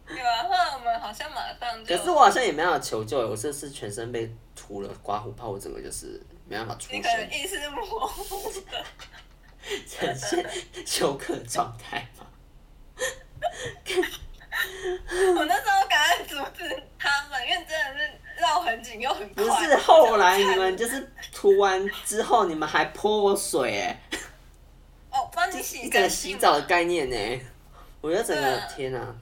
S2: 对啊，后来我们好像马上就，
S1: 可是我好像也没有求救，欸我这次全身被涂了刮胡泡，我整个就是没办法出
S2: 你可能
S1: 声，
S2: 意识模糊的， <laughs>
S1: 呈现休克状态
S2: <laughs>
S1: 嘛。
S2: 我那时候赶快阻止他们，因为真的是绕很紧又很
S1: 不
S2: 快。
S1: 是，后来
S2: 这样
S1: 你
S2: 看
S1: 们就是涂完之后，你们还泼我水哎、
S2: 哦，帮你
S1: 一
S2: 洗
S1: 个
S2: 干
S1: 洗
S2: 净
S1: 澡的
S2: 嘛，
S1: 概念呢、欸我觉得整
S2: 对
S1: 个
S2: 啊
S1: 天啊，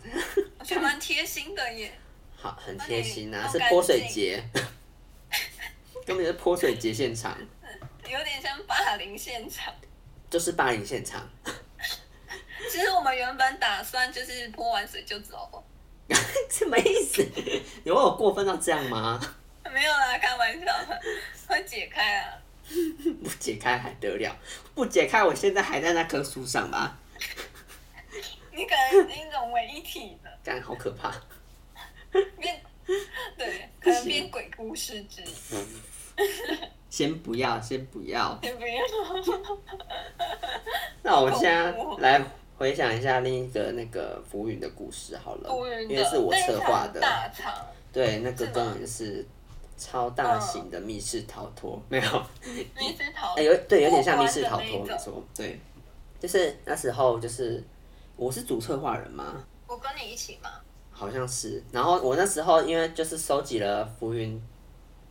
S2: 我觉得蛮贴心的耶。
S1: 好很贴心啊，
S2: 帮
S1: 是
S2: 你
S1: 泼水
S2: <laughs>
S1: 节，根本就是泼水节现场，
S2: 有点像霸凌现场。
S1: 就是霸凌现场。 <laughs>
S2: 其实我们原本打算就是泼完水就走，
S1: 什么意思？有我过分到这样吗？ <laughs>
S2: 没有啦，开玩笑的， <laughs> 会解开啊。
S1: 不解开还得了？不解开，我现在还在那棵树上吧？
S2: 你可能是一种为一体的，
S1: 感好可怕。
S2: 变对，可能变鬼故事之一。
S1: 先不要，先不要。
S2: 先不要。
S1: 那我现在
S2: 恐怖
S1: 来回想一下另一个那个浮云的故事好了
S2: 乌云，
S1: 因
S2: 的
S1: 为是我
S2: 那一
S1: 策
S2: 场
S1: 划的。
S2: 大场，
S1: <laughs> 对，那个
S2: 是吗
S1: 根本是超大型的密室逃脱，没有。
S2: 密室逃
S1: 哎、
S2: 脱，
S1: 有对，有点像密室逃
S2: 过
S1: 脱，没
S2: 关的那一种
S1: 错，对，就是那时候就是我是主策划人嘛，
S2: 我跟你一起吗？
S1: 好像是。然后我那时候因为就是收集了浮云，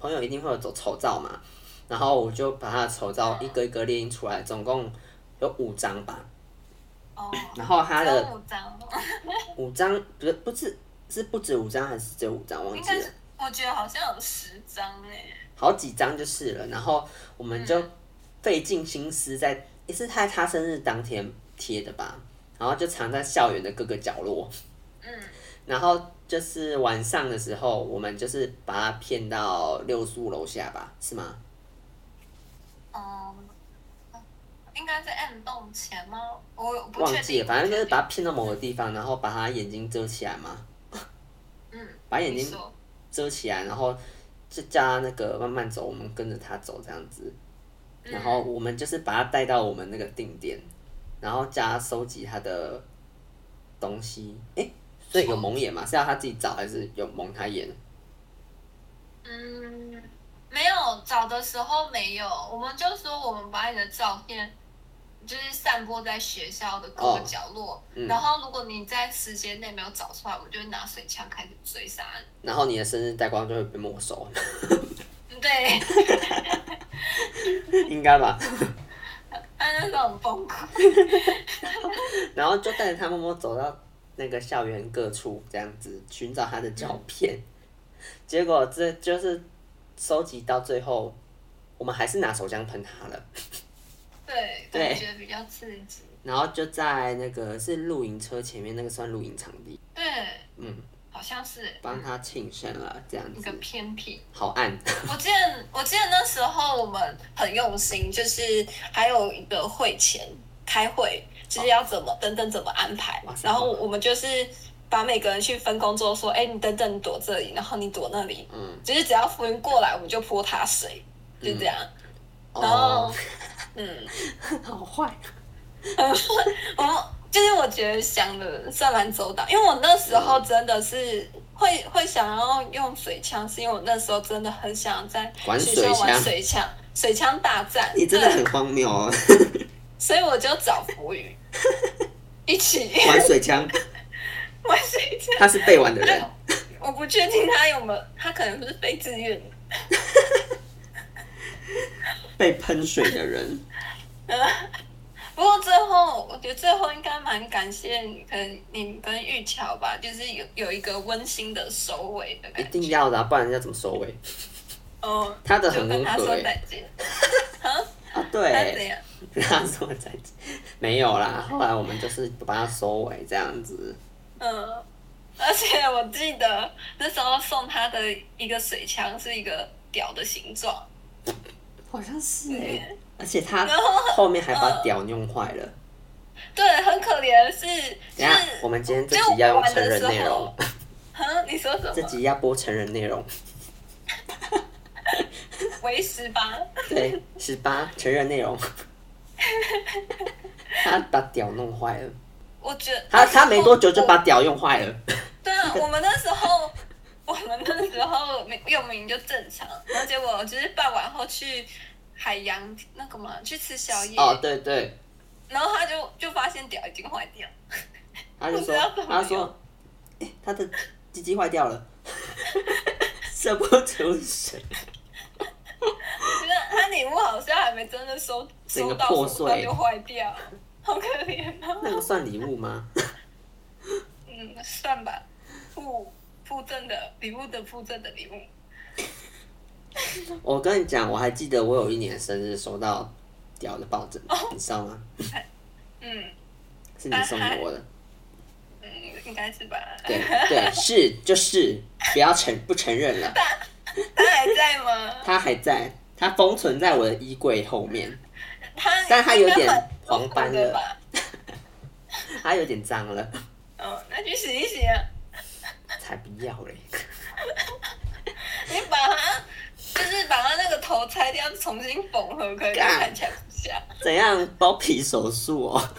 S1: 朋友一定会有走丑照嘛，然后我就把他的丑照一个一个列印出来，总共有五张吧。
S2: 哦，
S1: 然后嗯他
S2: 只有
S1: 的
S2: 五张，
S1: 五张不是不是是不止五张还是只有五张忘
S2: 应
S1: 记
S2: 该
S1: 了
S2: 是，，我觉得好像有十张哎，
S1: 好几张就是了。然后我们就费尽心思在，也是在他生日当天贴的吧，然后就藏在校园的各个角落。
S2: 嗯，
S1: 然后就是晚上的时候，我们就是把他骗到六宿楼下吧，是吗？
S2: 哦，应该是 M 洞前吗？我不
S1: 忘
S2: 确
S1: 记
S2: 定，
S1: 了，反正就是
S2: 不确定
S1: 把他骗到某个地方，然后把他眼睛遮起来嘛，
S2: 嗯，
S1: 把眼
S2: 你
S1: 睛
S2: 说
S1: 遮起来，然后就叫他那个慢慢走，我们跟着他走这样子。
S2: 嗯
S1: 然后我们就是把他带到我们那个定点，然后叫他收集他的东西。诶，所以有蒙眼嘛？是要他自己找还是有蒙他眼？
S2: 嗯，没有找的时候没有，我们就说我们把你的照片。就是散播在学校的各
S1: 哦
S2: 个角落，
S1: 嗯
S2: 然后如果你在时间内没有找出来，我就拿水枪开始追杀你。
S1: 然后你的生日带光就会被没收，
S2: 对，
S1: 应该吧？
S2: 他那时候很崩溃。
S1: 然后就带着他默默走到那个校园各处，这样子寻找他的照片。结果这就是收集到最后，我们还是拿手枪喷他了。
S2: 对，
S1: 对
S2: 感觉比较刺激。
S1: 然后就在那个是露营车前面，那个算露营场地，
S2: 对，
S1: 嗯，
S2: 好像是
S1: 帮他庆生了，这样
S2: 一
S1: 子
S2: 个。偏僻。
S1: 好暗，
S2: 我记得，我记得那时候我们很用心，就是还有一个会前开会，就是要怎么等等怎么安排
S1: 哇。塞
S2: 然后我们就是把每个人去分工作，说，哎、你等等，你躲这里，然后你躲那里， <laughs>
S1: 嗯，
S2: 就是只要浮云过来，我们就泼他水，就这样。然后
S1: 哦，
S2: 嗯，
S1: 好坏，
S2: 然后哦就是我觉得想的算蛮周到，因为我那时
S1: 嗯
S2: 候真的是会会想要用水枪，是因为我那时候真的很想在
S1: 玩
S2: 学
S1: 水
S2: 校玩
S1: 枪
S2: 水枪、水枪大
S1: <laughs>
S2: 战，
S1: 你真的
S2: 对
S1: 很荒谬哦，
S2: 所以我就找
S1: <laughs>
S2: 浮云一起
S1: 玩水枪，
S2: 玩水枪。
S1: 他是被玩的人，
S2: 我不确定他有没有，他可能不是非自愿的。
S1: 被喷水的人，
S2: 嗯不过最后，我觉得最后应该蛮感谢你，可能你跟玉桥吧，就是有有一个温馨的收尾的
S1: 一
S2: 感觉。
S1: 定要的啊、不然要怎么收尾？
S2: 哦，
S1: 他的
S2: 就
S1: 很
S2: 跟
S1: 温
S2: 他
S1: 和
S2: 说
S1: 哎、
S2: 再见。
S1: 啊，
S2: 他怎
S1: 对，
S2: 样？
S1: <laughs> 跟他说再见，没有啦。后来我们就是把它收尾这样子，
S2: 嗯，而且我记得那时候送他的一个水枪是一个屌的形状，
S1: 好像是哎、而且他
S2: 然后
S1: 后面还把屌弄坏了。
S2: 对，很可怜的是，就
S1: 等一下
S2: 是，
S1: 我们今天这集要用成人内
S2: 就我
S1: 容
S2: 玩，哼，你说什
S1: 这
S2: 么？
S1: 集要播成人内容。
S2: 为十八，
S1: 对，十八成人内
S2: <laughs>
S1: 容。他把屌弄坏了，
S2: 我觉得
S1: 他他没多久就把屌用坏了。
S2: 对啊，我们那时候， <laughs> 我们那时候没用名就正常，然后结果就是办完后去海洋那个嘛，去吃宵夜，
S1: 哦，对对，
S2: 然后他就就发现屌已经坏掉，
S1: 他就说
S2: 我不知道怎么，
S1: 他说，诶他的鸡鸡坏掉了，
S2: <laughs>
S1: 射不出水，
S2: 就是他礼物好像还没真的收
S1: 整
S2: 收
S1: 个
S2: 到
S1: 破
S2: 手上
S1: 碎
S2: 就坏掉，好可怜啊。
S1: <laughs> 那个算礼物吗？
S2: 嗯，算吧，附附赠的礼物的附赠的礼物，
S1: 我跟你讲，我还记得我有一年生日收到屌的抱枕，你知道吗？
S2: 嗯
S1: 是你送给我的。
S2: 嗯，应该是吧。
S1: 对对，是就是，不要承不承认了。
S2: 他还在吗？
S1: 它还在，它封存在我的衣柜后面，
S2: 他
S1: <laughs> 但他有点
S2: 应该蛮
S1: 黄斑了
S2: 的吧？
S1: 它有点脏了，
S2: 嗯，那去洗一洗啊。
S1: 才不要嘞！ <laughs>
S2: 你把它就是把它那个头拆掉，重新缝合，可能就看起来不像。
S1: 怎样包皮手术哦？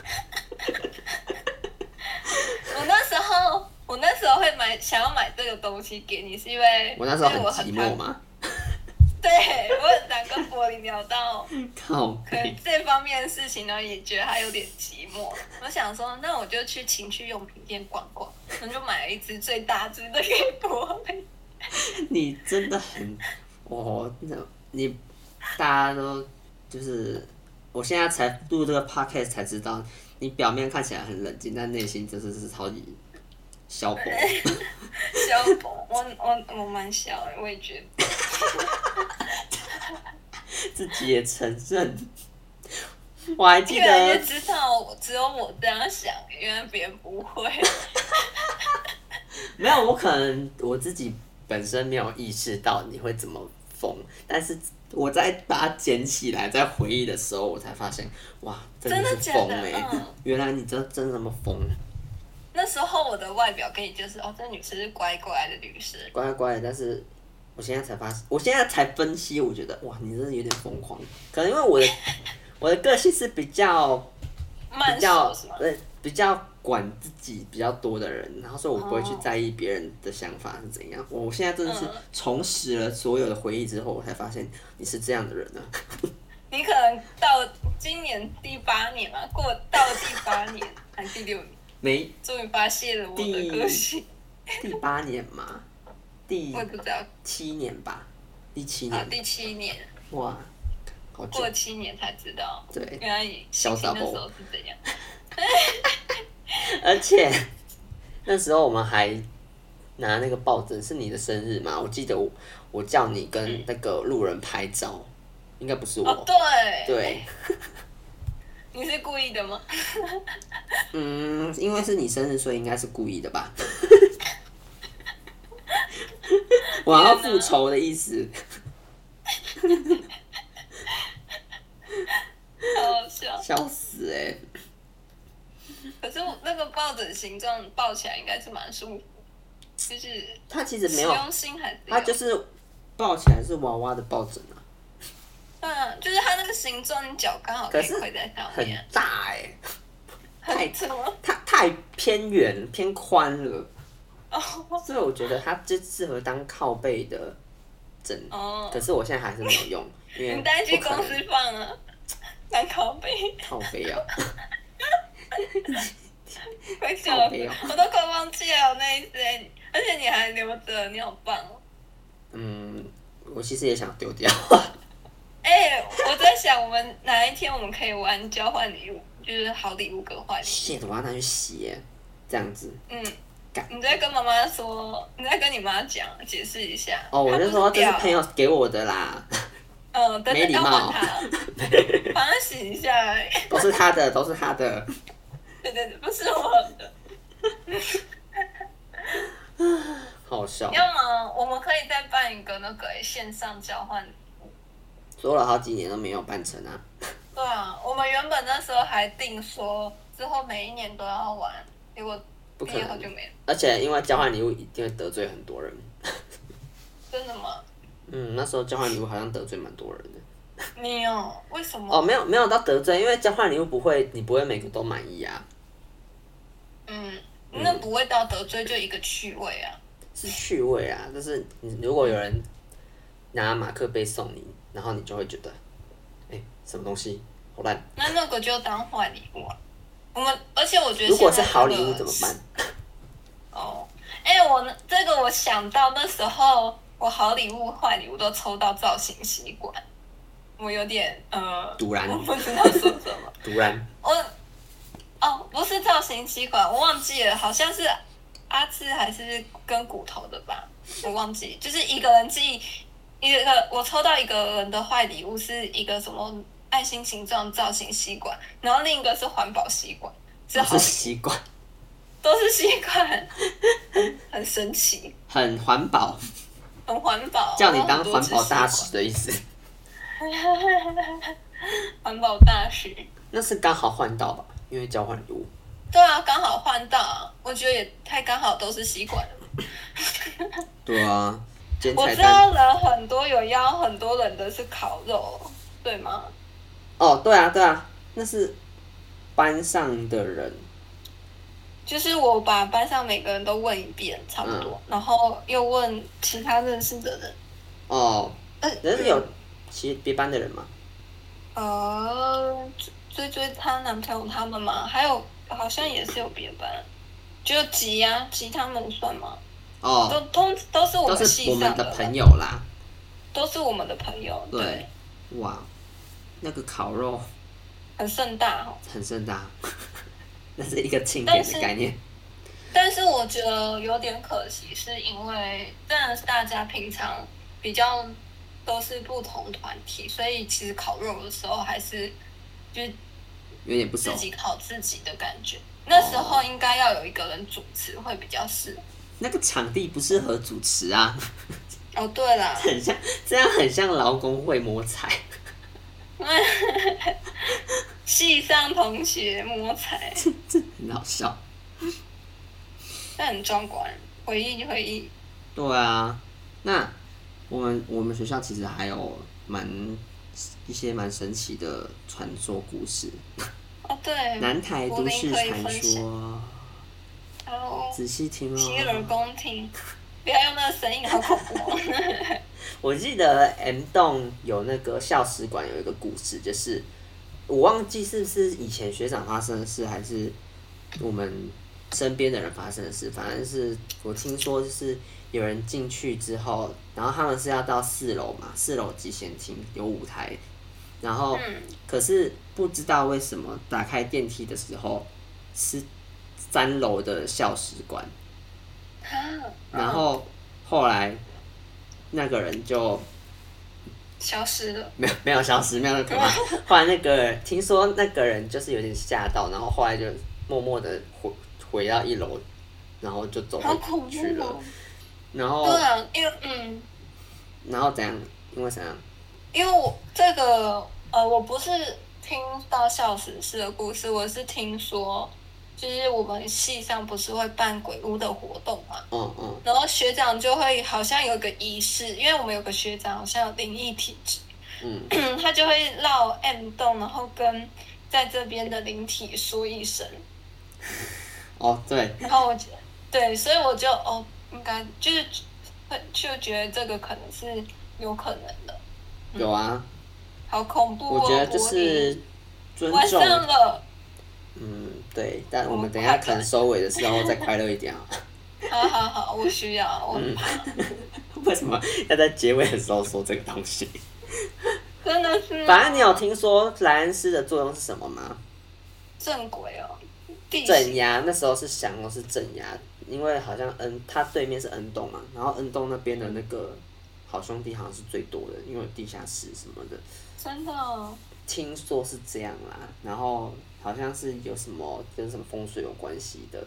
S2: 我那时候，我那时候会买想要买这个东西给你，是因为
S1: 我那时候
S2: 因
S1: 很
S2: 为我
S1: 寂
S2: 常
S1: 寞，嘛，
S2: <laughs> 对我很常跟柏林聊到
S1: 靠
S2: 可能
S1: 背，
S2: 这方面的事情呢，也觉得他有点寂寞。我想说，那我就去情趣用品店逛逛，我就买了一只最大只的给 <laughs> 柏林。
S1: 你真的很，我那你大家都就是，我现在才录这个 podcast 才知道，你表面看起来很冷静，但内心真的是超级小
S2: <laughs>
S1: 火。
S2: 小博，我我我蛮小的，我也觉得。
S1: 自己也承认。我还记
S2: 越来越
S1: 得，
S2: 知道我只有我这样想，原来别人不会。 <laughs>
S1: 没有我可能我自己本身没有意识到你会怎么疯，但是我在把它捡起来，在回忆的时候，我才发现，哇，真
S2: 真的
S1: 是
S2: 假
S1: 疯
S2: 的
S1: 哎、
S2: 嗯
S1: 原来你真真的那么疯，
S2: 那时候我的外表跟你就是，哦，这女生是乖乖的女生，
S1: 乖乖的。但是我现在才发现，我现在才分析，我觉得哇，你真的有点疯狂。可能因为
S2: <laughs>
S1: 我的我的个性是比较
S2: 慢
S1: 比较
S2: 熟是吗？
S1: 呃比较管自己比较多的人，然后所以我不会去
S2: 哦
S1: 在意别人的想法是怎样。我我现在真的是
S2: 嗯
S1: 重拾了所有的回忆之后，我才发现你是这样的
S2: <laughs>
S1: 人呢、啊
S2: 你可能到今年第八年嘛，过到第八年还是第六年，
S1: 没
S2: 终于发现了我的个性，
S1: 第八年嘛，第
S2: <laughs> 我也不知道
S1: 七年吧，第七
S2: 啊
S1: 年，
S2: 第七年
S1: 哇，好久
S2: 过七年才知道，
S1: 对，
S2: 原来你心情那时候是怎样。
S1: 而且那时候我们还拿那个抱枕，是你的生日嘛？我记得我我叫你跟那个路人拍照，应该不是我，
S2: 哦，对，
S1: 对。
S2: 你是故意的吗？ <laughs>
S1: 嗯，因为是你生日，所以应该是故意的吧？我要复仇的意思，
S2: 好好笑。
S1: 笑死哎、
S2: 可是我那个抱枕形状抱起来应该是蛮舒服，就是
S1: 它其实
S2: 实
S1: 没有，
S2: 用性还是有
S1: 它就是抱起来是娃娃的抱枕啊，
S2: 嗯，就是它那个形状，你脚刚好可以
S1: 可是
S2: 跪在上
S1: 很
S2: 面，
S1: 大哎、太
S2: 很粗
S1: 它太偏远偏宽了，
S2: <laughs> 哦
S1: 所以我觉得它就适合当靠背的枕。
S2: 哦
S1: 可，是我现在还是没有用，因为
S2: 你带去
S1: 不可能
S2: 公司放啊， <laughs> 当靠背，
S1: 靠背
S2: <laughs>
S1: 啊，
S2: 快笑
S1: 靠背哦
S2: 我都快忘记了我那一件，而且你还留着，你好棒哦！
S1: 嗯，我其实也想丢掉。
S2: 哎、我在想，我们哪一天我们可以玩交换礼物，就是好礼物跟坏礼物。
S1: shit，我要拿去洗耶，这样子。
S2: 嗯
S1: 干，
S2: 你在跟妈妈说，你在跟你妈讲，解释一下。
S1: 哦，我就说这是朋
S2: 友，
S1: 友给我的啦，
S2: 嗯，但
S1: 没
S2: 是
S1: 礼
S2: 要
S1: 貌
S2: 还 <laughs> 他，帮他洗一下而已。
S1: 都是他的，都是他的。
S2: 对对对，不是我的。
S1: 好笑，
S2: 要么我们可以再办一个那个线上交换。
S1: 做了好几年都没有办成啊。
S2: 对啊，我们原本那时候还定说之后每一年都要玩，结果
S1: 不
S2: 毕
S1: 可
S2: 业后就
S1: 能，
S2: 没了。
S1: 而且因为交换礼物一定会得罪很多人。
S2: 真的吗？
S1: 嗯，那时候交换礼物好像得罪蛮多人的。
S2: 你哦，为什么？
S1: 哦，没有没有到得罪，因为交换礼物不会，你不会每个都满意啊，
S2: 嗯，那不会到得罪，就一个趣味啊。
S1: 是趣味啊。就是你如果有人拿马克杯送你，然后你就会觉得，哎、什么东西好烂。
S2: 那那个就当坏礼物啊。我们，而且我觉得
S1: 如果
S2: 现
S1: 是
S2: 在
S1: 好
S2: 这
S1: 礼
S2: 个
S1: 物怎么办？
S2: 哦，哎、我那这个我想到那时候我好礼物坏礼物都抽到造型习惯，我有点呃，
S1: 突然
S2: 我不知道说什么。
S1: 突
S2: <laughs>
S1: 然，
S2: 我哦，不是造型习惯，我忘记了，好像是阿志还是跟骨头的吧，我忘记，就是一个人寄一个我抽到一个人的坏礼物是一个什么爱心形状造型吸管，然后另一个是环保吸管，是
S1: 这
S2: 好
S1: 哦是习惯，
S2: 都是吸管，很神奇，
S1: 很环保，
S2: 很环保。
S1: 叫你当
S2: 我有
S1: 环
S2: 很多
S1: 保
S2: 支
S1: 大使的意思。
S2: 吸管， <laughs> 环保大使。
S1: 那是刚好换到吧，因为交换礼物。
S2: 对啊，刚好换到啊，我觉得也太刚好都是吸管了。
S1: 对啊，剪
S2: 我
S1: 彩
S2: 知
S1: 蛋。
S2: 道人很多有邀很多人的是烤肉，对吗？
S1: 哦，对啊，对啊，那是班上的人，
S2: 就是我把班上每个人都问一遍，差不多，
S1: 嗯
S2: 然后又问其他认识的人。
S1: 哦，
S2: 呃
S1: 人是有其别班的人嘛？
S2: 呃，追追追她男朋友他们嘛，还有好像也是有别班，就吉呀、吉他们算吗？都
S1: 哦，
S2: 通都是我
S1: 都
S2: 们
S1: 是我
S2: 系
S1: 们
S2: 上
S1: 的朋
S2: 友，
S1: 友啦。
S2: 都是我们的朋友，对，
S1: 对，哇，那个烤肉
S2: 很盛大哦。
S1: 很盛大， <laughs> 那是一个庆典
S2: 但
S1: 的
S2: 是
S1: 概念。
S2: 但是我觉得有点可惜，是因为真的是大家平常比较都是不同团体，所以其实烤肉的时候还是就是
S1: 有点不熟
S2: 自，己烤自己的感觉。那时候应该要有一个人主持会比较适合。
S1: 那个场地不适合主持啊， <laughs>
S2: 哦，对啦，
S1: 很像这样很像劳工会摸彩。 <laughs>
S2: <laughs> 系上同学摸彩，
S1: 这很好笑。
S2: 那很壮观，回忆回忆。
S1: 对啊，那我们我们学校其实还有蛮一些蛮神奇的传说故事，
S2: 哦，对，
S1: 南台都市
S2: 柏林可
S1: 传
S2: 以分
S1: 说，
S2: 然后
S1: 仔细听
S2: 洗耳
S1: 哦。
S2: 恭听，不要用那个声音，好恐怖、哦。
S1: 我记得 M 栋有那个校史馆有一个故事，就是我忘记是不是以前学长发生的事，还是我们身边的人发生的事。反正是我听说，就是有人进去之后，然后他们是要到四楼嘛，四楼集贤厅有舞台，然后
S2: <laughs> 嗯
S1: 可是不知道为什么打开电梯的时候是三楼的校史馆，
S2: 啊
S1: 然后后来那个人就。
S2: 消失了。
S1: 没有没有消失，没有那么可
S2: 啊
S1: 怕。后来那个听说那个人就是有点吓到，然后后来就默默的回回到一楼，然后就走
S2: 好
S1: 回
S2: 恐
S1: 去
S2: 怖
S1: 了
S2: 哦。！
S1: 然后
S2: 对啊，因为嗯，
S1: 然后怎样？因为怎样？
S2: 因为我这个呃，我不是听到校史事的故事，我是听说就是我们系上不是会办鬼屋的活动嘛，
S1: 嗯嗯，
S2: 然后学长就会好像有个仪式，因为我们有个学长好像有灵异体质， <clears throat>
S1: 嗯，
S2: 他就会绕 M 栋，然后跟在这边的灵体说一声，
S1: 哦对，
S2: 然后我觉得对，所以我就哦，应该就是会就觉得这个可能是有可能的，
S1: 有啊，
S2: 好恐怖哦！
S1: 我觉得就
S2: 柏
S1: 是
S2: 林
S1: 尊
S2: 晚
S1: 重
S2: 上，了，
S1: 嗯对，但我们等一下可能收尾的时候再快乐一点啊。
S2: 好好好，我需要我
S1: 嗯， <laughs> 为什么要在结尾的时候说这个东西？
S2: 真的是
S1: 反正你有听说莱恩斯的作用是什么吗？
S2: 正轨哦，地
S1: 镇
S2: 形
S1: 压，那时候是降龙是镇压，因为好像恩他对面是恩东嘛，然后恩东那边的那个好兄弟好像是最多的，因为有地下室什么的，
S2: 真的哦
S1: 听说是这样啦。然后好像是有什么跟什么风水有关系的，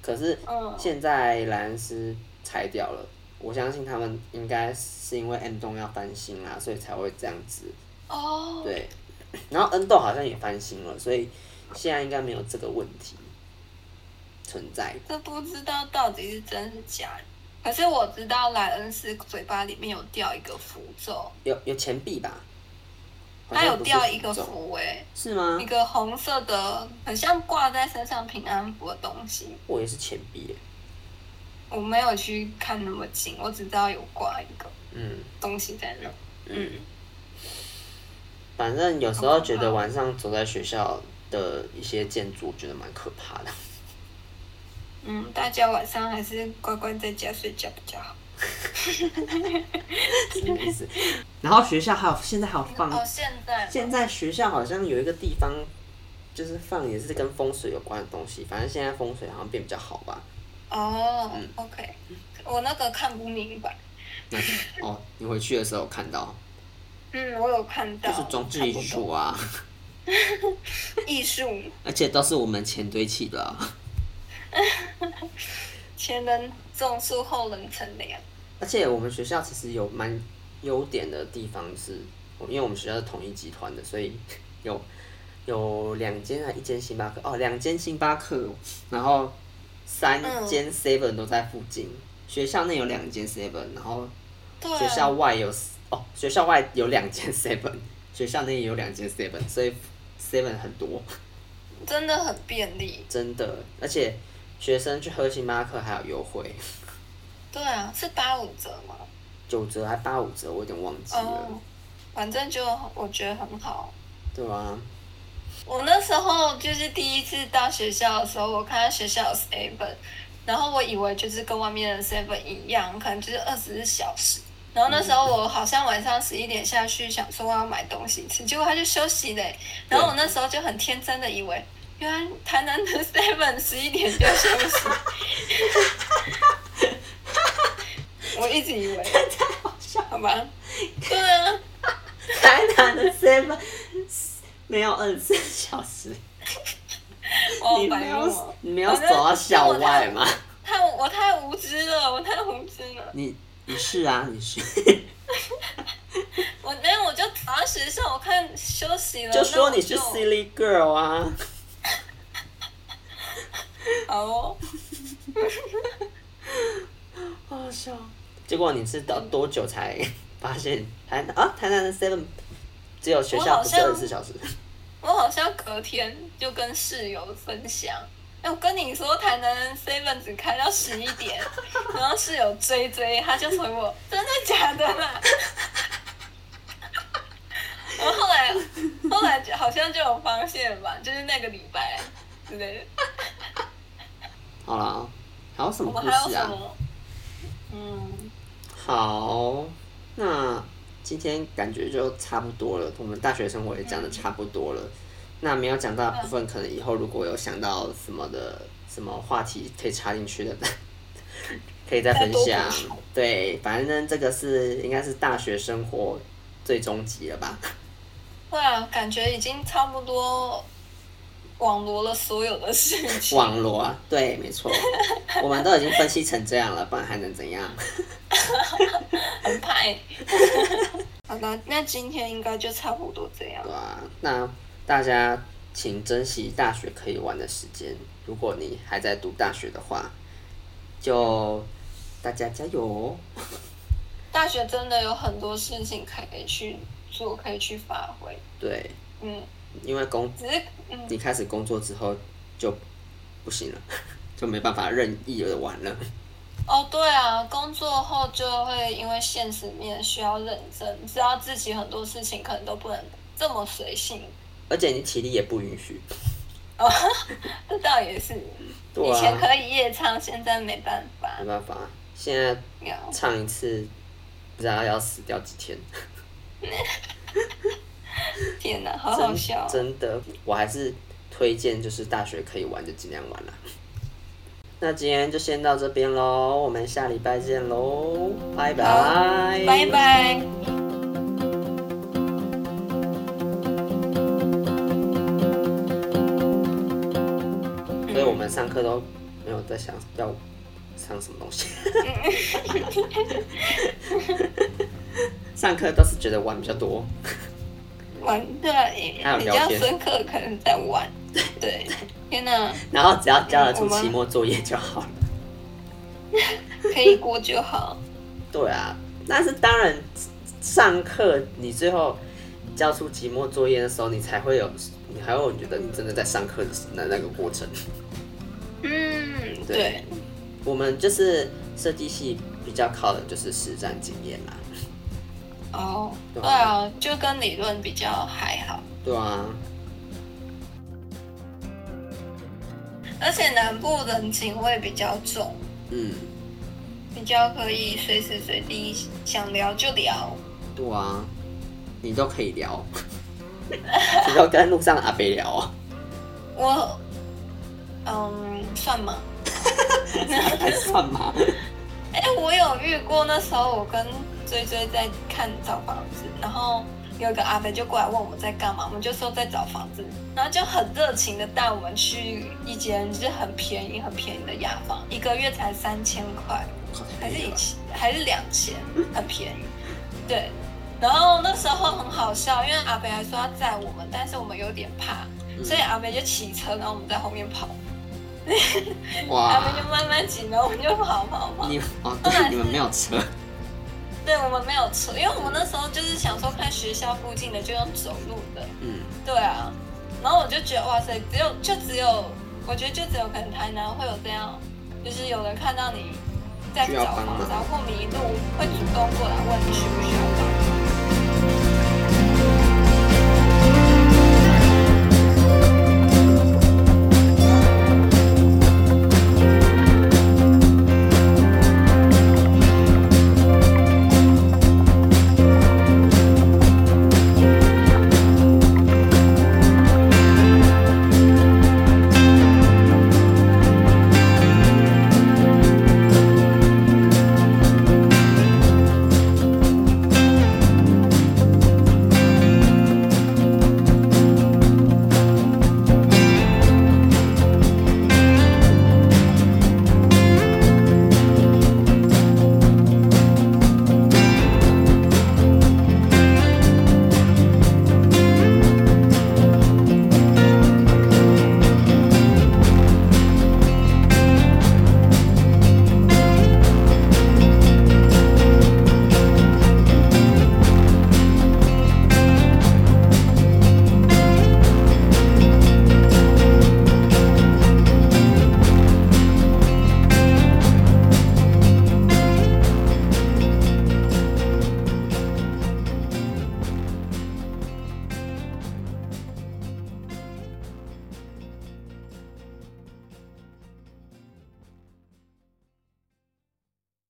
S1: 可是
S2: 嗯
S1: 现在莱恩斯拆掉了，我相信他们应该是因为恩东要翻新啦，所以才会这样子。
S2: 哦，
S1: 对，然后恩豆好像也翻新了，所以现在应该没有这个问题存在。
S2: 这不知道到底是真是假的。可是我知道莱恩斯嘴巴里面有掉一个符咒，
S1: 有有钱币吧？好
S2: 他
S1: 像
S2: 有
S1: 不是
S2: 掉一个
S1: 诅咒啊
S2: 符诶、
S1: 是吗
S2: 一？个红色的，很像挂在身上平安符的东西。
S1: 我也是钱币耶。
S2: 我没有去看那么近，我只知道有挂一个
S1: 嗯
S2: 东西在那。
S1: 嗯，反正有时候觉得晚上走在学校的一些建筑，觉得蛮可怕的。 <laughs>
S2: 嗯，大家晚上还是乖乖在家睡觉比较好。
S1: 什么意思？ <laughs> 然后学校还有现在还有放
S2: 哦，现在
S1: 现在学校好像有一个地方，就是放也是跟风水有关的东西。反正现在风水好像变比较好吧。
S2: 哦、o
S1: 嗯
S2: k 我那个看不明白。
S1: 那哦，你回去的时候有看到，
S2: 嗯，我有看到，
S1: 就是装置艺术啊， <laughs>
S2: 艺术
S1: 而且都是我们钱堆砌的啊、
S2: 前人种树，后人乘凉。
S1: 而且我们学校其实有蛮优点的地方是，因为我们学校是统一集团的，所以 <laughs> 有有两间还一间星巴克哦，两间星巴克，然后三
S2: 嗯
S1: 间 Seven 都在附近。学校内有两间 Seven，然后
S2: 对啊，
S1: 学校外有哦，学校外有两间 <laughs> Seven，学校内也有两间 Seven，所以 Seven 很多。
S2: 真的很便利。
S1: 真的，而且学生去喝星巴克还有优惠，
S2: 对啊，是八五折吗？
S1: 九折还八五折，我有点忘记了，
S2: 哦，反正就我觉得很好。
S1: 对
S2: <laughs>
S1: 啊？
S2: 我那时候就是第一次到学校的时候，我看到学校有 seven，然后我以为就是跟外面的 seven 一样，可能就是二十四小时。然后那时候我好像晚上十一点下去，想说我要买东西吃，结果他就休息嘞。然后我那时候就很天真的以为，原来台南的 <laughs> seven 十一点就休息。我一直以为，好吧？对啊，
S1: 台南的 Seven 没有二十四小时，
S2: 我好
S1: 你
S2: 白
S1: 没
S2: 目哦
S1: 有。你没有走到校外吗？
S2: 太我太无知了，我太无知了。
S1: <laughs> 你你是啊，你
S2: <laughs>
S1: 是，
S2: 我没有，我就早上学校，我看休息了，
S1: 就说你是
S2: 呃那我就
S1: silly girl 啊，
S2: 好哦， <laughs>
S1: 好笑。结果你是到多久才发现台南啊？台南的 Seven 只有学
S2: 我
S1: 校
S2: 好
S1: 不是
S2: 像
S1: 二十四小时， <laughs>
S2: 我好像隔天就跟室友分享。哎，我跟你说，台南 Seven 只开到十一点，
S1: <laughs>
S2: 然后室友追追，他就回我，真的假的
S1: <laughs>
S2: 啦？然后后来，后来就好像就有发现吧，就是那个礼拜之类的。
S1: 好啦，还有什么
S2: 我们
S1: 故
S2: 还有
S1: 事
S2: 什
S1: 啊？
S2: 么？嗯，
S1: 好，那今天感觉就差不多了，我们大学生活也讲的差不多了。那没有讲到的部分，可能以后如果有想到什么的什么话题可以插进去的， <laughs> 可以再分享
S2: 再多补充。
S1: 对，反正这个是应该是大学生活最终极了吧？
S2: 对啊，感觉已经差不多网罗了所有的事情。
S1: 网罗啊，对，没错，我们都已经分析成这样了，不然还能怎样？<laughs>
S2: 很派。好的，那今天应该就差不多这样
S1: 对。啊，那大家请珍惜大学可以玩的时间。如果你还在读大学的话，就大家加油哦！
S2: 大学真的有很多事情可以去做，可以去发挥。
S1: 对，
S2: 嗯，
S1: 因为工
S2: 只是嗯，
S1: 你开始工作之后就不行了， <laughs> 就没办法任意的玩了。
S2: 哦，对啊，工作后就会因为现实面需要认真，知道自己很多事情可能都不能这么随性。
S1: 而且你体力也不允许。
S2: 哦，这倒也是，
S1: 对
S2: 以前
S1: 啊，
S2: 可以夜唱，现在没办法
S1: 没。办法，现在
S2: 有
S1: 唱一次不知道要死掉几天。
S2: 天哪，好好笑哦。
S1: 真的，我还是推荐就是大学可以玩就尽量玩啦。那今天就先到这边喽，我们下礼拜见喽，拜拜，
S2: 拜拜。
S1: 所以我们上课都没有在想要上什么东西， <laughs> 上课都是觉得玩比较多。
S2: 玩的比
S1: 还有
S2: 比
S1: 聊
S2: 较
S1: 天
S2: 深刻，可能在玩。 <laughs> 对，天哪，
S1: 然后只要交得出
S2: 嗯我们
S1: 期末作业就好了。
S2: 可以过
S1: <laughs>
S2: 就好。
S1: 对啊，但是当然，上课你最后交出期末作业的时候，你才会有，你还会觉得你真的在上课的那那个过程。
S2: 嗯，
S1: 对
S2: 对，
S1: 我们就是设计系比较靠的就是实战经验啊啦。
S2: 哦，
S1: 对
S2: 对啊，就跟理论比较还好，
S1: 对啊，
S2: 而且南部人情味比较重，
S1: 嗯，
S2: 比较可以随时随地想聊就聊。
S1: 对啊，你都可以聊，你都跟路上的阿北聊啊，
S2: 我，嗯，算吗？
S1: 还算吗？
S2: 哎、我有遇过，那时候我跟追追在看找房子，然后有一个阿伯就过来问我们在干嘛，我们就说在找房子，然后就很热情的带我们去一间就是很便宜、很便宜的雅房，一个月才三千块，还是一千，还是两千，很便宜。对，然后那时候很好笑，因为阿北还说要载我们，但是我们有点怕，
S1: 啊
S2: 所以阿北就骑车，然后我们在后面跑，
S1: 嗯
S2: 阿
S1: 哇
S2: 北，就慢慢骑，然后我们就跑跑跑。
S1: 你哦，
S2: <laughs>
S1: 对，你们没有车，
S2: 对，我们没有车，因为我们那时候就是想说看学校附近的就用走路的，
S1: 嗯，
S2: 对啊。然后我就觉得哇塞，只有就只有，我觉得就只有可能台南会有这样，就是有人看到你在
S1: 需要
S2: 找
S1: 帮
S2: 房
S1: 忙
S2: 子啊或迷路，会主动过来问你需不需要帮忙。